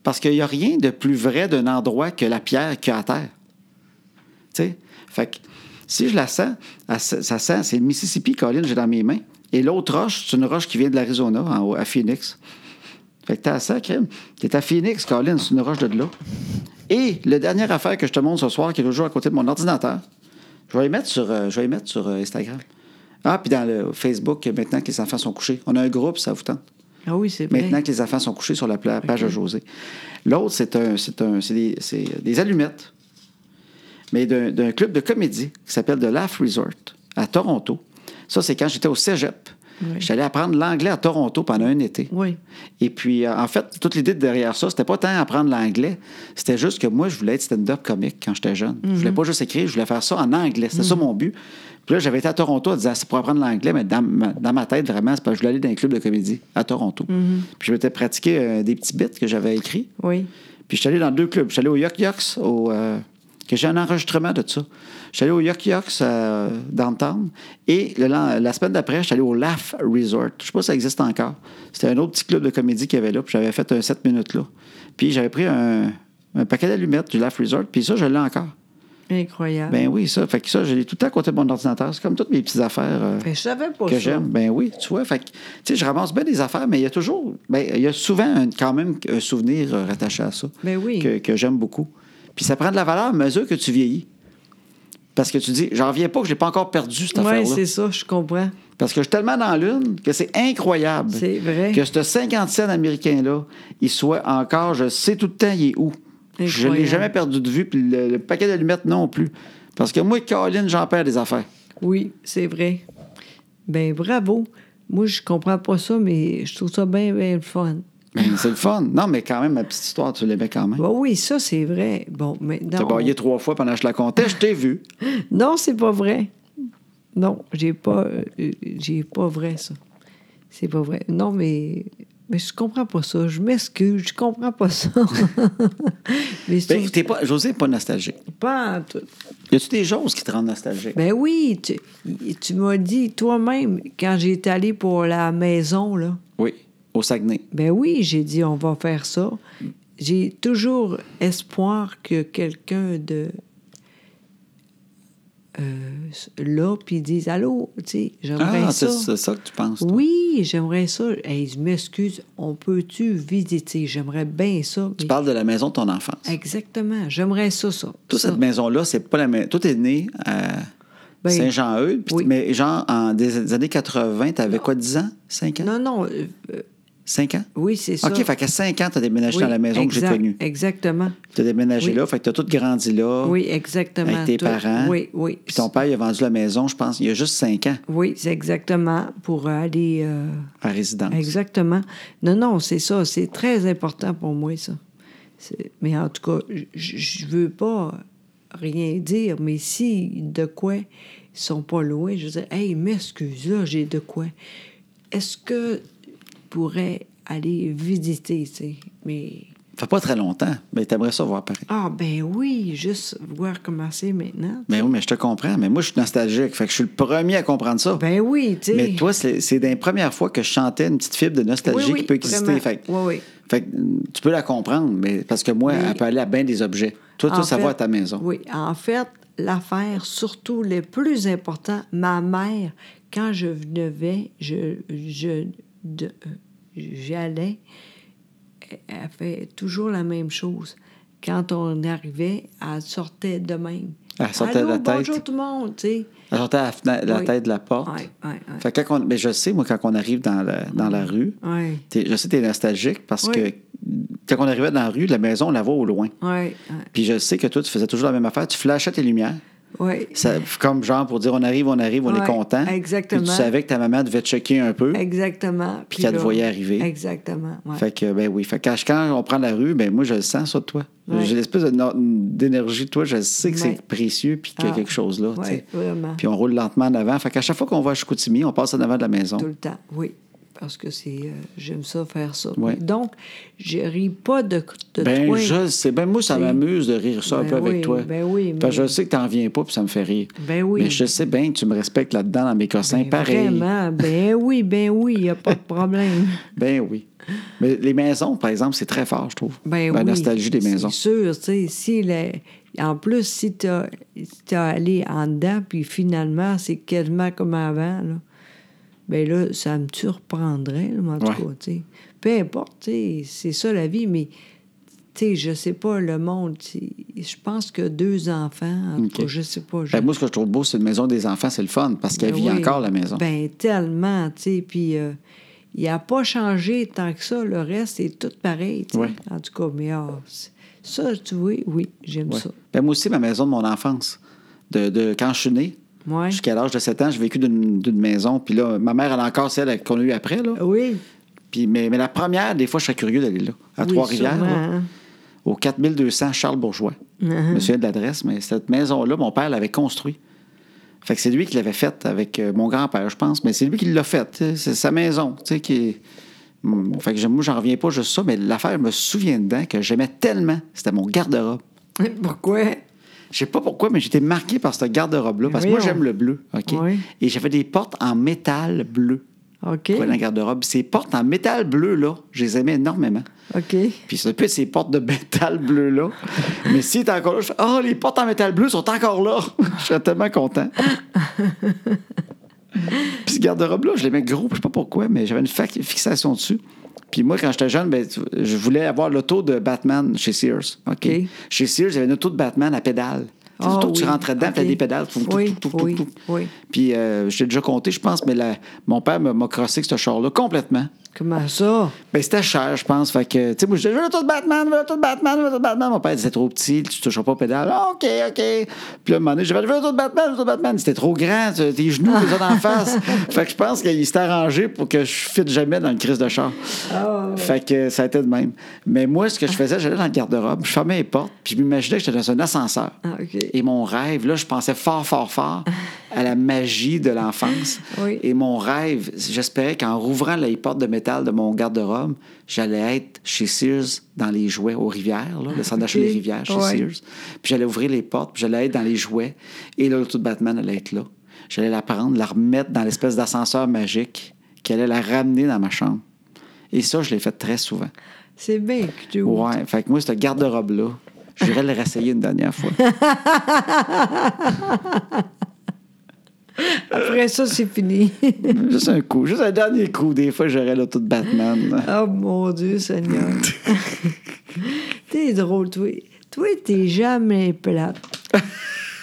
Parce qu'il n'y a rien de plus vrai d'un endroit que la pierre qu'il y a à terre. Tu sais? Fait que si je la sens, elle se- ça sent, c'est le Mississippi, Colin, j'ai dans mes mains. Et l'autre roche, c'est une roche qui vient de l'Arizona, en haut, à Phoenix. Fait que t'as ça, crime. T'es à Phoenix, Colin, c'est une roche de là. Et la dernière affaire que je te montre ce soir, qui est toujours à côté de mon ordinateur, je vais les mettre sur, euh, je vais les mettre sur euh, Instagram. Ah, puis dans le Facebook, maintenant que les enfants sont couchés. On a un groupe, ça vous tente. Ah oui, c'est vrai. Maintenant que les enfants sont couchés sur la pla- page de José. L'autre, c'est un, c'est un, c'est des, c'est des allumettes, mais d'un d'un club de comédie qui s'appelle The Laugh Resort à Toronto. Ça, c'est quand j'étais au cégep. Oui. J'allais apprendre l'anglais à Toronto pendant un été. Oui. Et puis, euh, en fait, toute l'idée de derrière ça, c'était pas tant apprendre l'anglais, c'était juste que moi, je voulais être stand-up comique quand j'étais jeune. Je voulais pas juste écrire, je voulais faire ça en anglais. C'était ça mon but. Puis là, j'avais été à Toronto en disant, c'est pour apprendre l'anglais, mais dans ma, dans ma tête, vraiment, c'est parce que je voulais aller dans un club de comédie à Toronto. Puis je m'étais pratiqué euh, des petits bits que j'avais écrits. Oui. Puis je suis allé dans deux clubs. Je suis allé au Yuck Yucks, au, euh, que j'ai un enregistrement de ça. Je suis allé au Yuck Yucks euh, downtown. Et le lan- la semaine d'après, je suis allé au Laugh Resort. Je sais pas si ça existe encore. C'était un autre petit club de comédie qu'il y avait là. Puis j'avais fait un 7 minutes là. Puis j'avais pris un, un paquet d'allumettes du Laugh Resort. Puis ça, je l'ai encore. Incroyable. Ben oui, ça. Fait que ça, je l'ai tout le temps à côté de mon ordinateur. C'est comme toutes mes petites affaires. euh, Ben, je savais pas que ça. j'aime. Ben oui, tu vois. Fait que, tu sais, je ramasse bien des affaires, mais il y a toujours, ben, il y a souvent un- quand même un souvenir euh, rattaché à ça. Ben oui. Que, que j'aime beaucoup. Puis ça prend de la valeur à mesure que tu vieillis. Parce que tu dis, j'en reviens pas que je l'ai pas encore perdu cette Oui, affaire-là. c'est ça, je comprends. Parce que je suis tellement dans l'une que c'est incroyable. C'est vrai. Que ce 50 cents américain-là, il soit encore, je sais tout le temps, il est où. Je ne l'ai Incroyable. jamais perdu de vue, puis le, le paquet d'allumettes non plus. Parce que moi, Caroline, j'en perds des affaires. Oui, c'est vrai. Ben bravo. Moi, je comprends pas ça, mais je trouve ça bien, bien le fun. Ben, c'est le fun. Non, mais quand même, ma petite histoire, tu l'aimais quand même. Ben oui, ça, c'est vrai. Bon, T'as maintenant. baillé trois fois pendant que je la comptais, je t'ai vu. Non, c'est pas vrai. Non, j'ai pas. euh, j'ai pas vrai, ça. C'est pas vrai. Non, mais. Mais je comprends pas ça. Je m'excuse, je comprends pas ça. *laughs* mais je Ben, trouve t'es pas, José n'est pas nostalgique. pas en tout. Y a-tu des choses qui te rendent nostalgique? Ben oui, tu, tu m'as dit toi-même, quand j'étais allée pour la maison, là. oui, au Saguenay. Ben oui, j'ai dit on va faire ça. J'ai toujours espoir que quelqu'un de euh, là puis dise allô, tu sais, j'aimerais Ah, c'est ça. c'est ça que tu penses. toi. Oui, j'aimerais ça. Hey, je m'excuse, on peut-tu visiter? J'aimerais bien ça. Tu mais- parles de la maison de ton enfance. Exactement, j'aimerais ça, ça. Toute ça. cette maison-là, c'est pas la même. Toi, est né à Ben, Saint-Jean-Eudes, puis- oui. mais genre, en des des années 80, t'avais quoi, 10 ans? 5 ans? Non, non, euh, euh, 5 ans? oui, c'est ça. OK, fait qu'à 5 ans, t'as déménagé Oui, dans la maison que exact- j'ai connue. Exactement. T'as déménagé Oui. là, fait que t'as tout grandi là. Oui, exactement. Avec tes Tout- parents. Oui, oui. Puis ton père, il a vendu la maison, je pense, il y a juste 5 ans Oui, c'est exactement pour aller. euh, à résidence. exactement. Non, non, c'est ça. C'est très important pour moi, ça. C'est- Mais en tout cas, j- j- je veux pas rien dire, mais si de quoi ils sont pas loin, je veux dire, hey, m'excuse, là, j'ai de quoi. Est-ce que je pourrais aller visiter, tu sais? Mais. Fait pas très longtemps, mais t'aimerais ça voir pareil. Ah, ben oui, juste voir comment c'est maintenant. Mais oui, mais je te comprends. Mais moi, je suis nostalgique. Fait que je suis le premier à comprendre ça. Ben oui, tu sais. mais toi, c'est c'est des premières fois que je chantais une petite fibre de nostalgie Oui, oui, qui peut exister. vraiment. Fait, que- Oui, oui. fait que, hum, tu peux la comprendre, mais parce que moi, Mais- elle peut aller à bien des objets. Toi, toi En ça fait, va à ta maison. Oui, en fait, l'affaire, surtout les plus importants, ma mère, quand je venais, je, je, de- euh, j'allais, elle- elle fait toujours la même chose. Quand on arrivait, elle sortait de même. Elle sortait Allô, la tête. Bonjour tout le monde, tu sais. Elle sortait la, fenêtre- la Oui. tête de la porte. Ouais, ouais, ouais. Fait que quand on- mais je sais, moi, quand on arrive dans la, dans la rue, Ouais. t'es- je sais que tu nostalgique parce Oui. que Quand on arrivait dans la rue, la maison, on la voit au loin. Oui, Puis je sais que toi, tu faisais toujours la même affaire. Tu flashais tes lumières. oui. Ça- comme genre pour dire on arrive, on arrive, on Ouais, est content. exactement. Puis tu savais que ta maman devait te checker un peu. Exactement. Puis qu'elle te là- voyait arriver. Exactement. ouais. Fait que, ben oui. Fait que quand, quand on prend la rue, ben moi, je le sens sur toi. Ouais. J'ai l'espèce de no- d'énergie de toi. Je sais que Ouais. c'est précieux puis qu'il y a Ah. quelque chose là. tu Ouais, sais. vraiment. Puis on roule lentement en avant. Fait qu'à chaque fois qu'on va à Chicoutimi, on passe en avant de la maison. Tout le temps, oui. Parce que c'est. euh, J'aime ça faire ça. Ouais. Donc, je ris pas de, de Ben, toi. je sais. Ben, moi, ça C'est- m'amuse de rire ça un Ben peu oui, avec toi. ben oui, Fait que mais- je sais que t'en viens pas, puis ça me fait rire. Ben oui. Mais je sais bien que tu me respectes là-dedans, dans mes cossins, Ben, pareil. Vraiment, ben oui, ben oui, il n'y a pas de *laughs* problème. Ben oui. Mais les maisons, par exemple, c'est très fort, je trouve. Ben La oui, nostalgie des maisons. C'est sûr, tu sais, si la- en plus, si tu as, allé en dedans, puis finalement, c'est quasiment comme avant, là, ben là, ça me surprendrait, là, en tout Ouais. cas, tu sais. Peu importe, tu sais, c'est ça la vie, mais, tu sais, je sais pas, le monde, tu sais, je pense que deux enfants, en OK. tout cas, je sais pas. je- Ben, moi, ce que je trouve beau, c'est une maison des enfants, c'est le fun, parce qu'elle Ben vit oui. encore, la maison. Ben tellement, tu sais, puis euh, il n'a pas changé tant que ça. Le reste est tout pareil, tu sais. Ouais. En tout cas, mais ah, c- ça, tu vois, oui, j'aime Ouais. ça. Ben, moi aussi, ma maison de mon enfance. De, de- quand je suis né, Ouais. jusqu'à l'âge de 7 ans, j'ai vécu d'une d'une maison. Puis là, ma mère, elle a encore celle qu'on a eue après. Là. Oui. Puis, mais, mais la première, des fois, je serais curieux d'aller là, à oui, Trois-Rivières. sûrement, là. hein. *laughs* au 4200 Charles Bourgeois. Uh-huh. Je me souviens de l'adresse, mais cette maison-là, mon père l'avait construite. Fait que c'est lui qui l'avait faite avec euh, mon grand-père, je pense, mais c'est lui qui l'a faite. tu sais. C'est sa maison, tu sais, qui... Mm, Fait que j'aime- moi, j'en reviens pas juste ça, mais l'affaire je me souvient dedans que j'aimais tellement. C'était mon garde-robe. Pourquoi? Je sais pas pourquoi, mais j'étais marqué par ce garde-robe-là, parce que moi, Voyons. j'aime le bleu, OK? Oui. Et j'avais des portes en métal bleu OK. pour aller dans le garde-robe. Ces portes en métal bleu, là, je les aimais énormément. OK. Puis ça peut être ces portes de métal bleu là. Mais s'il est encore là, je fais Oh, les portes en métal bleu sont encore là! *laughs* je serais tellement content. Puis ce garde-robe là, je l'aimais gros, je sais pas pourquoi, mais j'avais une fac- fixation dessus. Puis moi, quand j'étais jeune, ben, tu- je voulais avoir l'auto de Batman chez Sears. OK. OK. Chez Sears, j'avais une auto de Batman à pédale. C'est Ah l'auto que tu oui, rentrais dedans, OK. tu des pédales. Tout, tout, Oui, tout, tout, oui, tout. oui. Puis euh, je t'ai déjà compté, je pense, mais la- mon père m'a m'a crossé avec ce char-là complètement. Comment ça? Ben, c'était cher, je pense. Fait que, tu sais, moi, je disais, je veux l'auto de Batman, je veux l'auto de Batman, je veux l'auto de Batman. Mon père disait, c'est trop petit, tu toucheras pas aux pédales. Ah, OK, OK. Puis là, à un moment donné, j'ai fait, je veux l'auto de Batman, je veux l'auto de Batman. C'était trop grand, tu- tes genoux, les autres en *laughs* face. Fait que je pense qu'il s'est arrangé pour que je fitte jamais dans le crise de char. Oh. Fait que ça a été de même. Mais moi, ce que je faisais, j'allais dans le garde-robe, je fermais les portes, puis je m'imaginais que j'étais dans un ascenseur. Ah, OK. Et mon rêve, là, je pensais fort, fort, fort à la magie de l'enfance. *laughs* Oui. Et mon rêve, j'espérais qu'en rouvrant les portes de métal de mon garde-robe, j'allais être chez Sears dans les jouets aux rivières, là, le centre d'achat Ok. des rivières chez Ouais. Sears. Puis j'allais ouvrir les portes, puis j'allais être dans les jouets. Et là, l'auto de Batman allait être là. J'allais la prendre, la remettre dans l'espèce d'ascenseur magique qui allait la ramener dans ma chambre. Et ça, je l'ai fait très souvent. C'est bien que tu Ouais, fait que moi, ce garde-robe-là, j'irais *laughs* le réessayer une dernière fois. Après ça, c'est fini. *laughs* *laughs* Juste un coup, juste un dernier coup. Des fois, j'aurais l'auto de Batman. oh mon *laughs* Dieu, Seigneur. t'es drôle, toi. Toi, t'es jamais plate.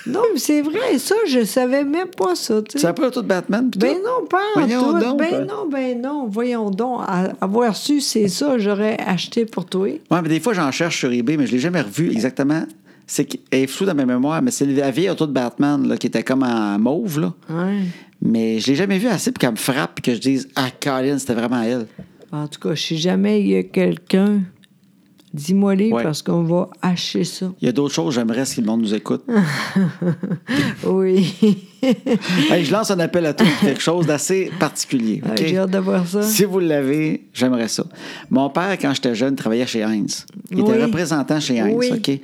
non, mais c'est vrai, ça, je savais même pas ça, tu Tu sais. savais pas l'auto de Batman? pis Ben tout? non, pas en Voyons tout. donc. hein. ben non, ben non, voyons donc. À- avoir su, c'est ça, j'aurais acheté pour toi. Ouais, mais des fois, j'en cherche sur eBay, mais je l'ai jamais revu exactement. C'est qu'elle est floue dans ma mémoire, mais c'est la vieille auto de Batman là, qui était comme en mauve. Là. Ouais. Mais je l'ai jamais vue assez pour qu'elle me frappe et que je dise Ah, Colin, c'était vraiment elle. En tout cas, si jamais il y a quelqu'un, dis-moi les Ouais. parce qu'on va acheter ça. *laughs* Il y a d'autres choses, j'aimerais si le monde nous écoute. Oui. Hey, je lance un appel à tous pour quelque chose d'assez particulier. ok? J'ai hâte de voir ça. Si vous l'avez, j'aimerais ça. Mon père, quand j'étais jeune, travaillait chez Heinz. Il Oui. était représentant chez Heinz, Oui, OK? oui.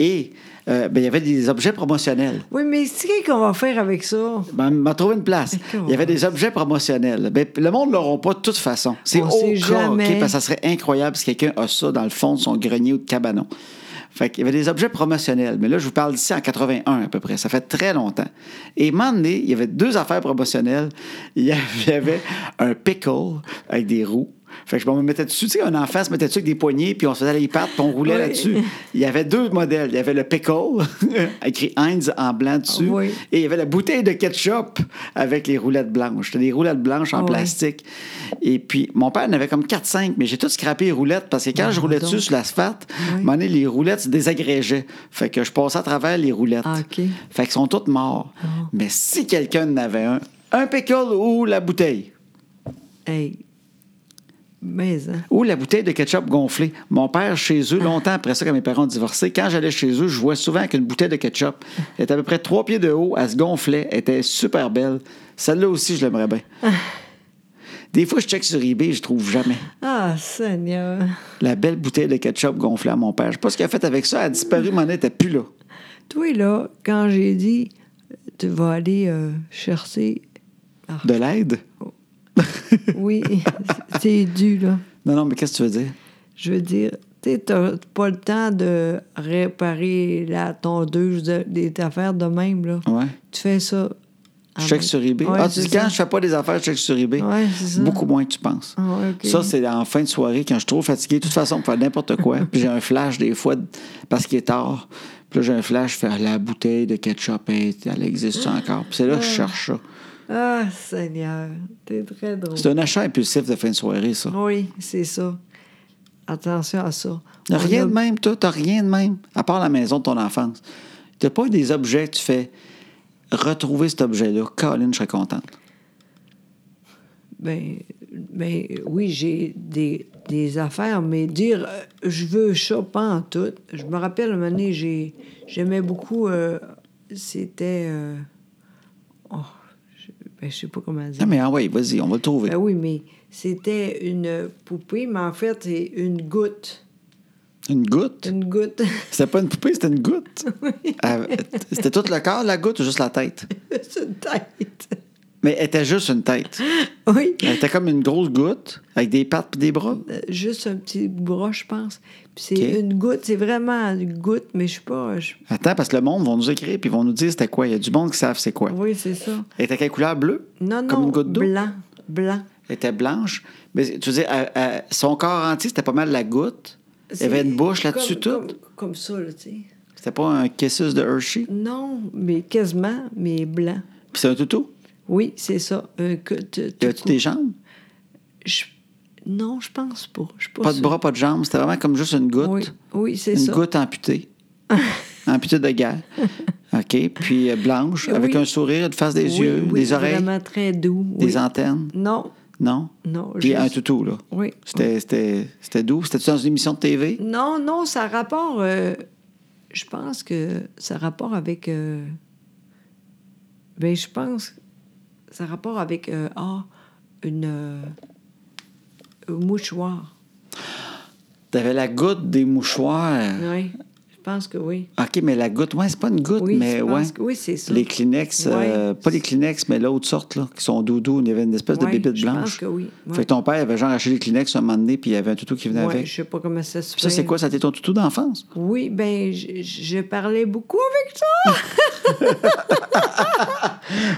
Et euh, ben, il y avait des objets promotionnels. Oui, mais c'est qu'on va faire avec ça? Ben, il m'a trouvé une place. D'accord. Il y avait des objets promotionnels. Ben, le monde ne l'aura pas de toute façon. C'est On au sait cas, jamais. OK? Parce que ça serait incroyable si quelqu'un a ça dans le fond de son grenier ou de cabanon. Fait qu'il y avait des objets promotionnels. Mais là, je vous parle d'ici en 81 à peu près. Ça fait très longtemps. Et à un moment donné, il y avait deux affaires promotionnelles. Il y avait- il y avait un pickle avec des roues. Fait que je me mettais dessus. Tu sais, un enfant se mettait dessus avec des poignées, puis on se faisait les pattes, puis on roulait Oui. là-dessus. Il y avait deux modèles. Il y avait le pickle, *laughs* écrit Heinz en blanc dessus, Oui. et il y avait la bouteille de ketchup avec les roulettes blanches. C'était des roulettes blanches en Oui. plastique. Et puis, mon père en avait comme 4-5, mais j'ai tout scrappé les roulettes parce que quand je roulais Ah, donc. Ah dessus sur l'asphalte, à un moment donné, les roulettes se désagrégeaient. Fait que je passais à travers les roulettes. Ah, OK. Ah. Fait qu'ils sont tous morts. Mais si quelqu'un en avait un, un pickle ou la bouteille, Hey. Mais, hein. ou la bouteille de ketchup gonflée. Mon père, chez eux, longtemps après ça, quand mes parents ont divorcé, quand j'allais chez eux, je vois souvent qu'une bouteille de ketchup elle était à peu près trois pieds de haut, elle se gonflait, elle était super belle. Celle-là aussi, je l'aimerais bien. Des fois, je check sur eBay, je trouve jamais. Ah, Seigneur. La belle bouteille de ketchup gonflée à mon père. Je sais pas ce qu'il a fait avec ça. Elle a disparu, mon nez était plus là. Toi, là, quand j'ai dit, tu vas aller euh, chercher. Ah, De l'aide? oui, *laughs* c'est dû, là. Non, non, mais qu'est-ce que tu veux dire? Je veux dire, tu sais, t'as pas le temps de réparer la tondeuse, de- des affaires de même, là. Ouais. Tu fais ça. en Je check même- sur eBay. Ouais, ah, tu c'est dis, quand ça. je fais pas des affaires, je check sur eBay. Ouais, c'est ça. Beaucoup moins que tu penses. Ah, ouais, ok. Ça, c'est en fin de soirée, quand je suis trop fatigué. De toute façon, pour faire n'importe *laughs* quoi. Puis j'ai un flash des fois, parce qu'il est tard. Puis là, j'ai un flash, je fais Ah, la bouteille de ketchup, elle, elle *gasps* existe encore. Puis c'est là que je cherche ça. Ah, Seigneur, t'es très drôle. C'est un achat impulsif de fin de soirée, ça. Oui, c'est ça. Attention à ça. T'as On rien a- de même, toi, t'as rien de même, à part la maison de ton enfance. T'as pas des objets que tu fais retrouver cet objet-là. Colin, je serais contente. Ben, ben oui, j'ai des, des affaires, mais dire euh, je veux ça, pas en tout. Je me rappelle, une année, j'ai, j'aimais beaucoup. euh, c'était. euh, oh, je, ben, je sais pas comment dire. Non, mais ah ouais, vas-y, on va le trouver. Ben oui, mais c'était une poupée, mais en fait, c'est une goutte. Une goutte? Une goutte. *laughs* C'était pas une poupée, c'était une goutte. Elle- C'était tout le corps, la goutte, ou juste la tête? c'est une tête. Mais elle était juste une tête. Oui. Elle était comme une grosse goutte, avec des pattes et des bras. Euh, juste un petit bras, je pense. Puis c'est Ok. une goutte, c'est vraiment une goutte, mais je sais pas. je- Attends, parce que le monde va nous écrire puis ils vont nous dire c'était quoi. Il y a du monde qui savent c'est quoi. Oui, c'est ça. Elle était quelle couleur bleue? Non, non, Comme une goutte d'eau? blanc, blanc. Elle était blanche. Mais tu veux dire, elle- elle- son corps entier, c'était pas mal la goutte. Il y avait C'est une bouche là-dessus comme- toute. Comme, comme ça, là, tu sais. C'était pas un kissus de Hershey. Non, mais quasiment, mais blanc. Puis c'est un toutou. Oui, c'est ça. Un que- tu- Il tu- avait tu des jambes? je- Non, je pense pas. Je suis Pas de sûre. bras, pas de jambes. C'était vraiment comme juste une goutte. Oui, oui c'est une ça. goutte *laughs* amputée. amputée de guerre. OK. Puis euh, blanche, Oui. avec un sourire, une face des Oui, yeux, oui, des oreilles, Vraiment très doux. des oui. antennes. Non, Non? non. Puis juste- un toutou, là. Oui. C'était- C'était c'était doux. C'était-tu dans une émission de TV? Non, non, ça rapport. euh, je pense que ça rapport avec. euh, ben, je pense. Ça rapport avec. euh, ah, une. euh, un mouchoir. T'avais la goutte des mouchoirs. Oui. Je pense que oui. OK, mais la goutte, ouais, c'est pas une goutte, Oui, mais je pense ouais. que oui, c'est ça. Les Kleenex, euh, Ouais. pas les Kleenex, mais l'autre sorte, là, qui sont doudous. Il y avait une espèce de Ouais, bébite je pense blanche. que oui, ouais. Fait que ton père avait genre acheté les Kleenex un moment donné, puis il y avait un toutou qui venait Ouais, avec. je sais pas comment ça se fait. Ça, c'est quoi? Ça a été ton toutou d'enfance? Oui, ben, je, je parlais beaucoup avec ça.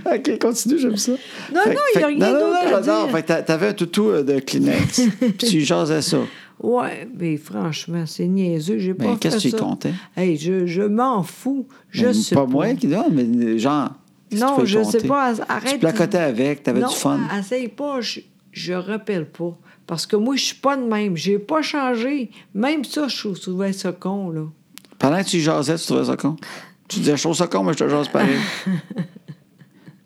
OK, continue, j'aime ça. Non, non, il y a rien non, non, d'autre non, à j'adore. dire. Fait que t'a- t'avais un toutou euh, de *laughs* Kleenex, puis tu jasais ça. Ouais, mais franchement, c'est niaiseux. J'ai Ben, pas qu'est-ce que fait tu ça. y comptais? Hey, je, je m'en fous. Je Mais sais pas moi qui dis, ah, mais genre. qu'est-ce que Non, tu fais je compter? sais pas, arrête. euh, Tu placotais avec, t'avais non, du fun. essaye pas, je, je rappelle pas. Parce que moi, je suis pas de même. J'ai pas changé. Même ça, je trouvais ça con, Euh, là. Pendant que tu jasais, tu trouvais ça con. Tu disais, je trouve ça con, mais je te jase *laughs* pareil.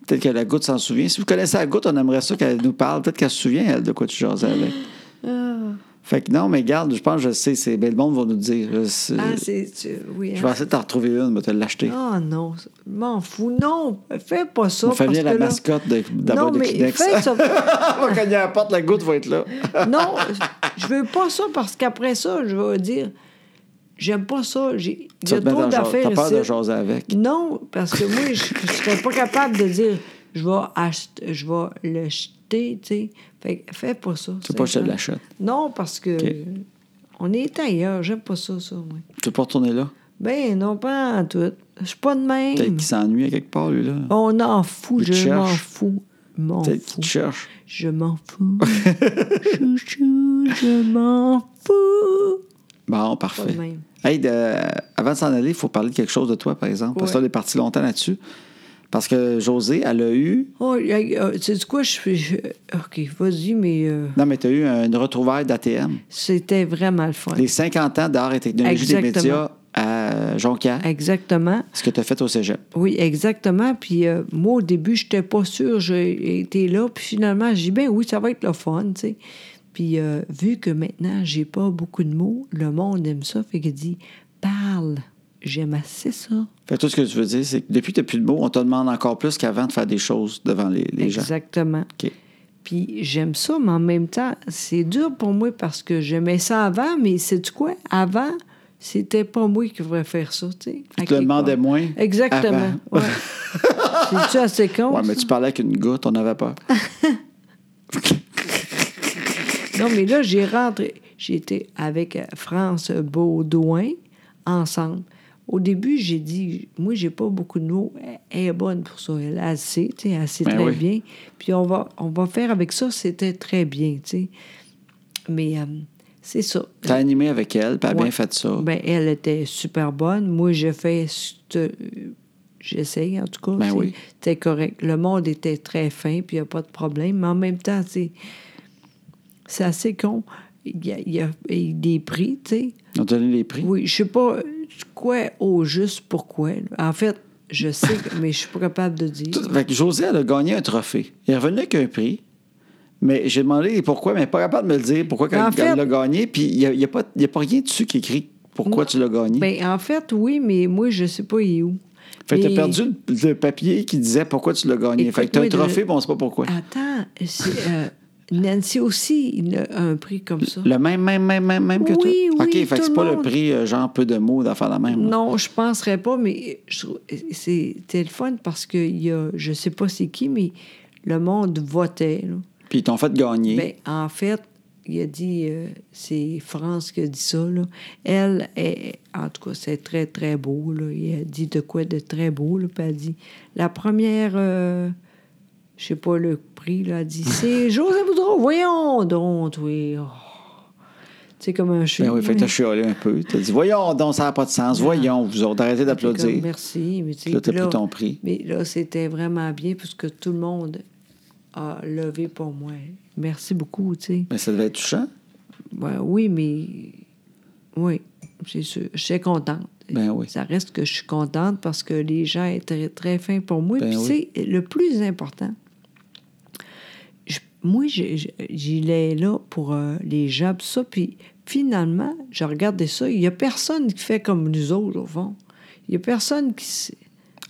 Peut-être que la goutte s'en souvient. Si vous connaissez la goutte, on aimerait ça qu'elle nous parle. Peut-être qu'elle se souvient, elle, de quoi tu jasais avec. Ah. Fait que non, mais garde, je pense que je sais. c'est- ben, le monde va nous dire. Je, sais- Ah, c'est. tu- Oui. je hein. vais essayer de t'en retrouver une, mais te l'acheter. Ah non, ça- je m'en fous. Non, fais pas ça. on fait parce venir la que là- mascotte de, de la Non, boîte de mais Kleenex. fais ça. *laughs* On va cogner à la porte, la goutte va être là. non, je veux pas ça parce qu'après ça, je vais dire, j'aime pas ça. J'ai il y Tu a vas te mettre trop en jase- d'affaires T'as peur de ici. jaser avec. Non, parce que moi, je je serais pas capable de dire je vais acheter, je vais le jeter, tu sais. Fait que fais pas ça. Tu veux pas que je te simplement. l'achète. Non, parce que OK. on est ailleurs. J'aime pas ça, ça, moi. Tu veux pas retourner là? Ben non, pas en tout. Je suis pas de Peut-être même. qu'il s'ennuie à quelque part, lui, là. On en fout, Il te je m'en cherche. fous. M'en Peut-être qu'il *laughs* fous. te cherche. Je m'en fous. Chouchou. Je m'en fous. Bon, parfait. Pas de même. Hey, de- avant de s'en aller, il faut parler de quelque chose de toi, par exemple. Parce que là, Ouais. on est parti longtemps là-dessus. Parce que José, elle a eu. Oh, c'est du quoi je fais. je- OK, vas-y, mais euh, Non, mais tu as eu une retrouvaille d'ATM. c'était vraiment le fun. Les 50 ans d'art et technologie des Exactement. médias à Jonquière. Exactement. Ce que tu as fait au cégep. Oui, exactement. Puis euh, moi, au début, je n'étais pas sûre. J'ai été là. Puis finalement, j'ai dit, ben oui, ça va être le fun, tu sais. Puis euh, vu que maintenant, j'ai pas beaucoup de mots, le monde aime ça. Fait qu'il dit, parle. J'aime assez ça. Fait que tout ce que tu veux dire, c'est que depuis que tu n'as plus de mots, on te demande encore plus qu'avant de faire des choses devant les, les gens. Exactement. OK. Puis j'aime ça, mais en même temps, c'est dur pour moi parce que j'aimais ça avant, mais c'est quoi? Avant, c'était pas moi qui voulais faire ça, tu sais. Tu te le demandais moins Exactement. *laughs* avant. Ouais. C'est-tu assez con? Ouais, mais ça? tu parlais avec une goutte, on avait peur. *laughs* Non, mais là, j'ai rentré. J'étais avec euh, France Baudouin ensemble. Au début, j'ai dit, moi, j'ai pas beaucoup de mots. Elle- Elle est bonne pour ça. Elle a assez, tu sais, elle sait Ben très oui. bien. Puis on va, on va faire avec ça, c'était très bien, tu sais. Mais euh, c'est ça. T'as animé avec elle, puis elle a Ouais. bien fait ça. Ben, elle était super bonne. Moi, j'ai fait. c'te- euh, J'essaye, en tout cas. Ben tu sais. oui. C'était correct. Le monde était très fin, puis il n'y a pas de problème. Mais en même temps, c'est. C'est assez con. Il y a, il y a- il y a des prix, tu sais. On t'a donné les prix. Oui, je sais pas euh, quoi au juste pourquoi. là. En fait, je sais, mais je suis pas capable de dire. Tout- fait que José, elle a gagné un trophée. Il est revenu avec un prix. Mais j'ai demandé pourquoi, mais elle est pas capable de me le dire pourquoi Mais en quand fait- elle l'a gagné. Puis il n'y a, il y a pas il y a pas rien dessus qui écrit pourquoi tu l'as gagné. Ben, en fait, oui, mais moi, je sais pas il est où. fait que t'as Mais- perdu le, le papier qui disait pourquoi tu l'as gagné. fait que t'as un Écoute-moi de- trophée, mais on sait pas pourquoi. Ah. Attends, c'est, euh, Nancy aussi, il a un prix comme ça. Le même, même, même, même, même que Oui, toi. oui, OK, fait tout que c'est le pas le monde. prix, euh, genre peu de mots d'affaire la même. là. Non, je penserais pas, mais je trou- c'était le fun parce que il y a, je sais pas c'est qui, mais le monde votait. là. Puis ils t'ont fait gagner. Ben, en fait, il a dit, euh, c'est France qui a dit ça. là. Elle, est, en tout cas, c'est très, très beau. Là. Il a dit de quoi de très beau. Là, puis elle a dit, la première, euh, je sais pas le prix, là, elle a dit, *laughs* c'est José Boudreau, voyons donc, oui. oh. Tu sais, comme un chien. Ben oui, fait que t'as chialé un peu. T'as dit, voyons donc, ça n'a pas de sens. Voyons, vous autres, arrêtez Comme, d'applaudir. Merci. Mais tu sais, Là, t'as puis pris ton prix. Mais là, c'était vraiment bien puisque tout le monde a levé pour moi. Merci beaucoup, tu sais. Mais Ben, ça devait être touchant. Ouais, oui, mais... Oui, c'est sûr. Je suis contente. Ben oui. Ça reste que je suis contente parce que les gens étaient très, très fins pour moi. Ben Puis, oui. tu sais, le plus important, je- moi, j'ai- j'ai- j'y allais là pour euh, les gens, puis ça. Puis, finalement, je regardais ça. Il n'y a personne qui fait comme nous autres, au fond. Il n'y a personne qui... s-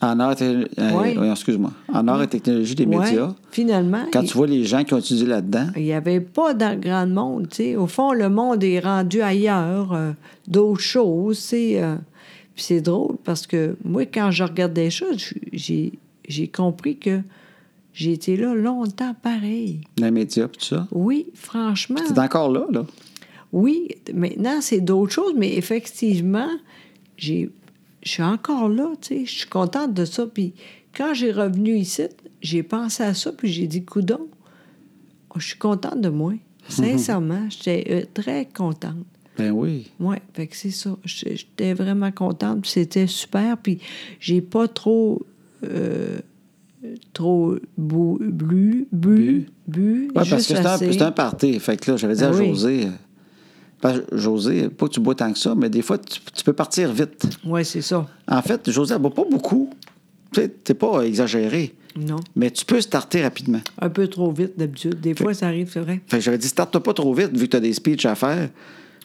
En art et, euh, Ouais. oui, excuse-moi. En art et technologie des Ouais, médias, Finalement, quand il- tu vois les gens qui ont étudié là-dedans, il n'y avait pas dans le grand monde. tu sais. Au fond, le monde est rendu ailleurs, euh, d'autres choses. c'est, euh, Puis c'est drôle parce que moi, quand je regarde des choses, je- j'ai, j'ai compris que j'ai été là longtemps pareil. les médias, puis tout ça, Oui, franchement. c'est encore là, là. Oui, maintenant, c'est d'autres choses, mais effectivement, j'ai, je suis encore là, tu sais. Je suis contente de ça. Puis quand j'ai revenu ici, j'ai pensé à ça, puis j'ai dit, coudon, oh, je suis contente *laughs* de moi. Sincèrement, j'étais euh, très contente. Ben oui. Oui, fait que c'est ça. J'- J'étais vraiment contente, puis c'était super. Puis j'ai pas trop. euh, trop bu, bu, bu, bu. Ouais, parce juste que c'est un, assez. c'est un party. Fait que là, j'avais dit à Ah oui. José, euh, parce que José, pas que tu bois tant que ça, mais des fois, tu, tu peux partir vite. Ouais, c'est ça. En fait, José, elle boit pas beaucoup. Tu sais, t'es pas exagéré. Non. Mais tu peux starter rapidement. Un peu trop vite d'habitude. Des fois, ça arrive, c'est vrai. Fait que j'avais dit, starte-toi pas trop vite, vu que tu as des speeches à faire.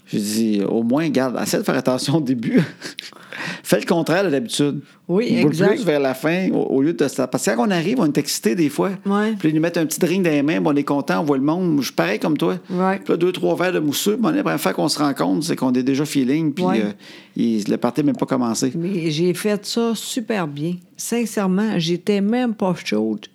J'ai dit, au moins, garde, essaie de faire attention au début. *laughs* Fais le contraire de d'habitude. Oui, Boule exact. plus vers la fin, au, au lieu de ça. Parce que quand on arrive, on est excité des fois. Ouais. Puis ils nous mettent un petit drink dans les mains, puis on est content, on voit le monde. Je suis pareil comme toi. Ouais. Puis là, deux, trois verres de mousseux. Puis on est, la première fois qu'on se rencontre, c'est qu'on est déjà feeling, puis Ouais. euh, il- le party n'a même pas commencé. Mais j'ai fait ça super bien. Sincèrement, j'étais même pas chaude.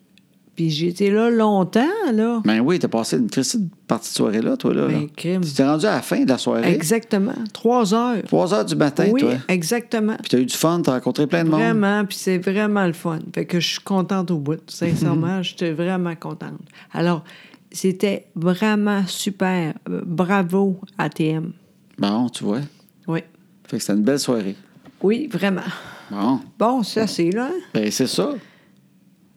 Puis j'étais là longtemps, là. Ben oui, t'as passé une crise de partie de soirée là, toi. Là, Ben, là. crime. Tu t'es rendu à la fin de la soirée. Exactement. Trois heures. 3 heures du matin, oui, toi. exactement. Puis t'as eu du fun, t'as rencontré plein de monde. Vraiment, puis c'est *laughs* vraiment le fun. Fait que je suis contente au bout. Sincèrement, j'étais vraiment contente. Alors, C'était vraiment super. Euh, Bravo, ATM. Bon, tu vois. Oui. Fait que c'était une belle soirée. Oui, vraiment. Bon, Bon, ça, c'est là. ben c'est ça.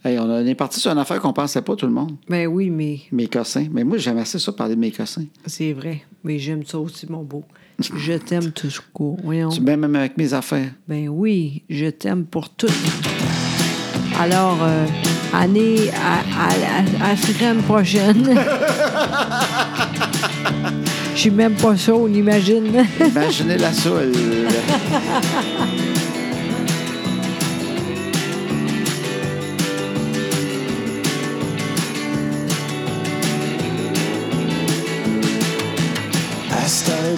Hey, on est parti sur une affaire qu'on pensait pas, tout le monde. Ben oui, mais Mes cossins. Mais moi, j'aime assez ça parler de mes cossins. c'est vrai. Mais j'aime ça aussi, mon beau. Je t'aime toujours. Voyons. Tu m'aimes même avec mes affaires. Ben oui, je t'aime pour tout. Alors, euh, année à, à, à, à semaine prochaine. Je suis même pas sûre, on imagine. Imaginez la seule. À cette heure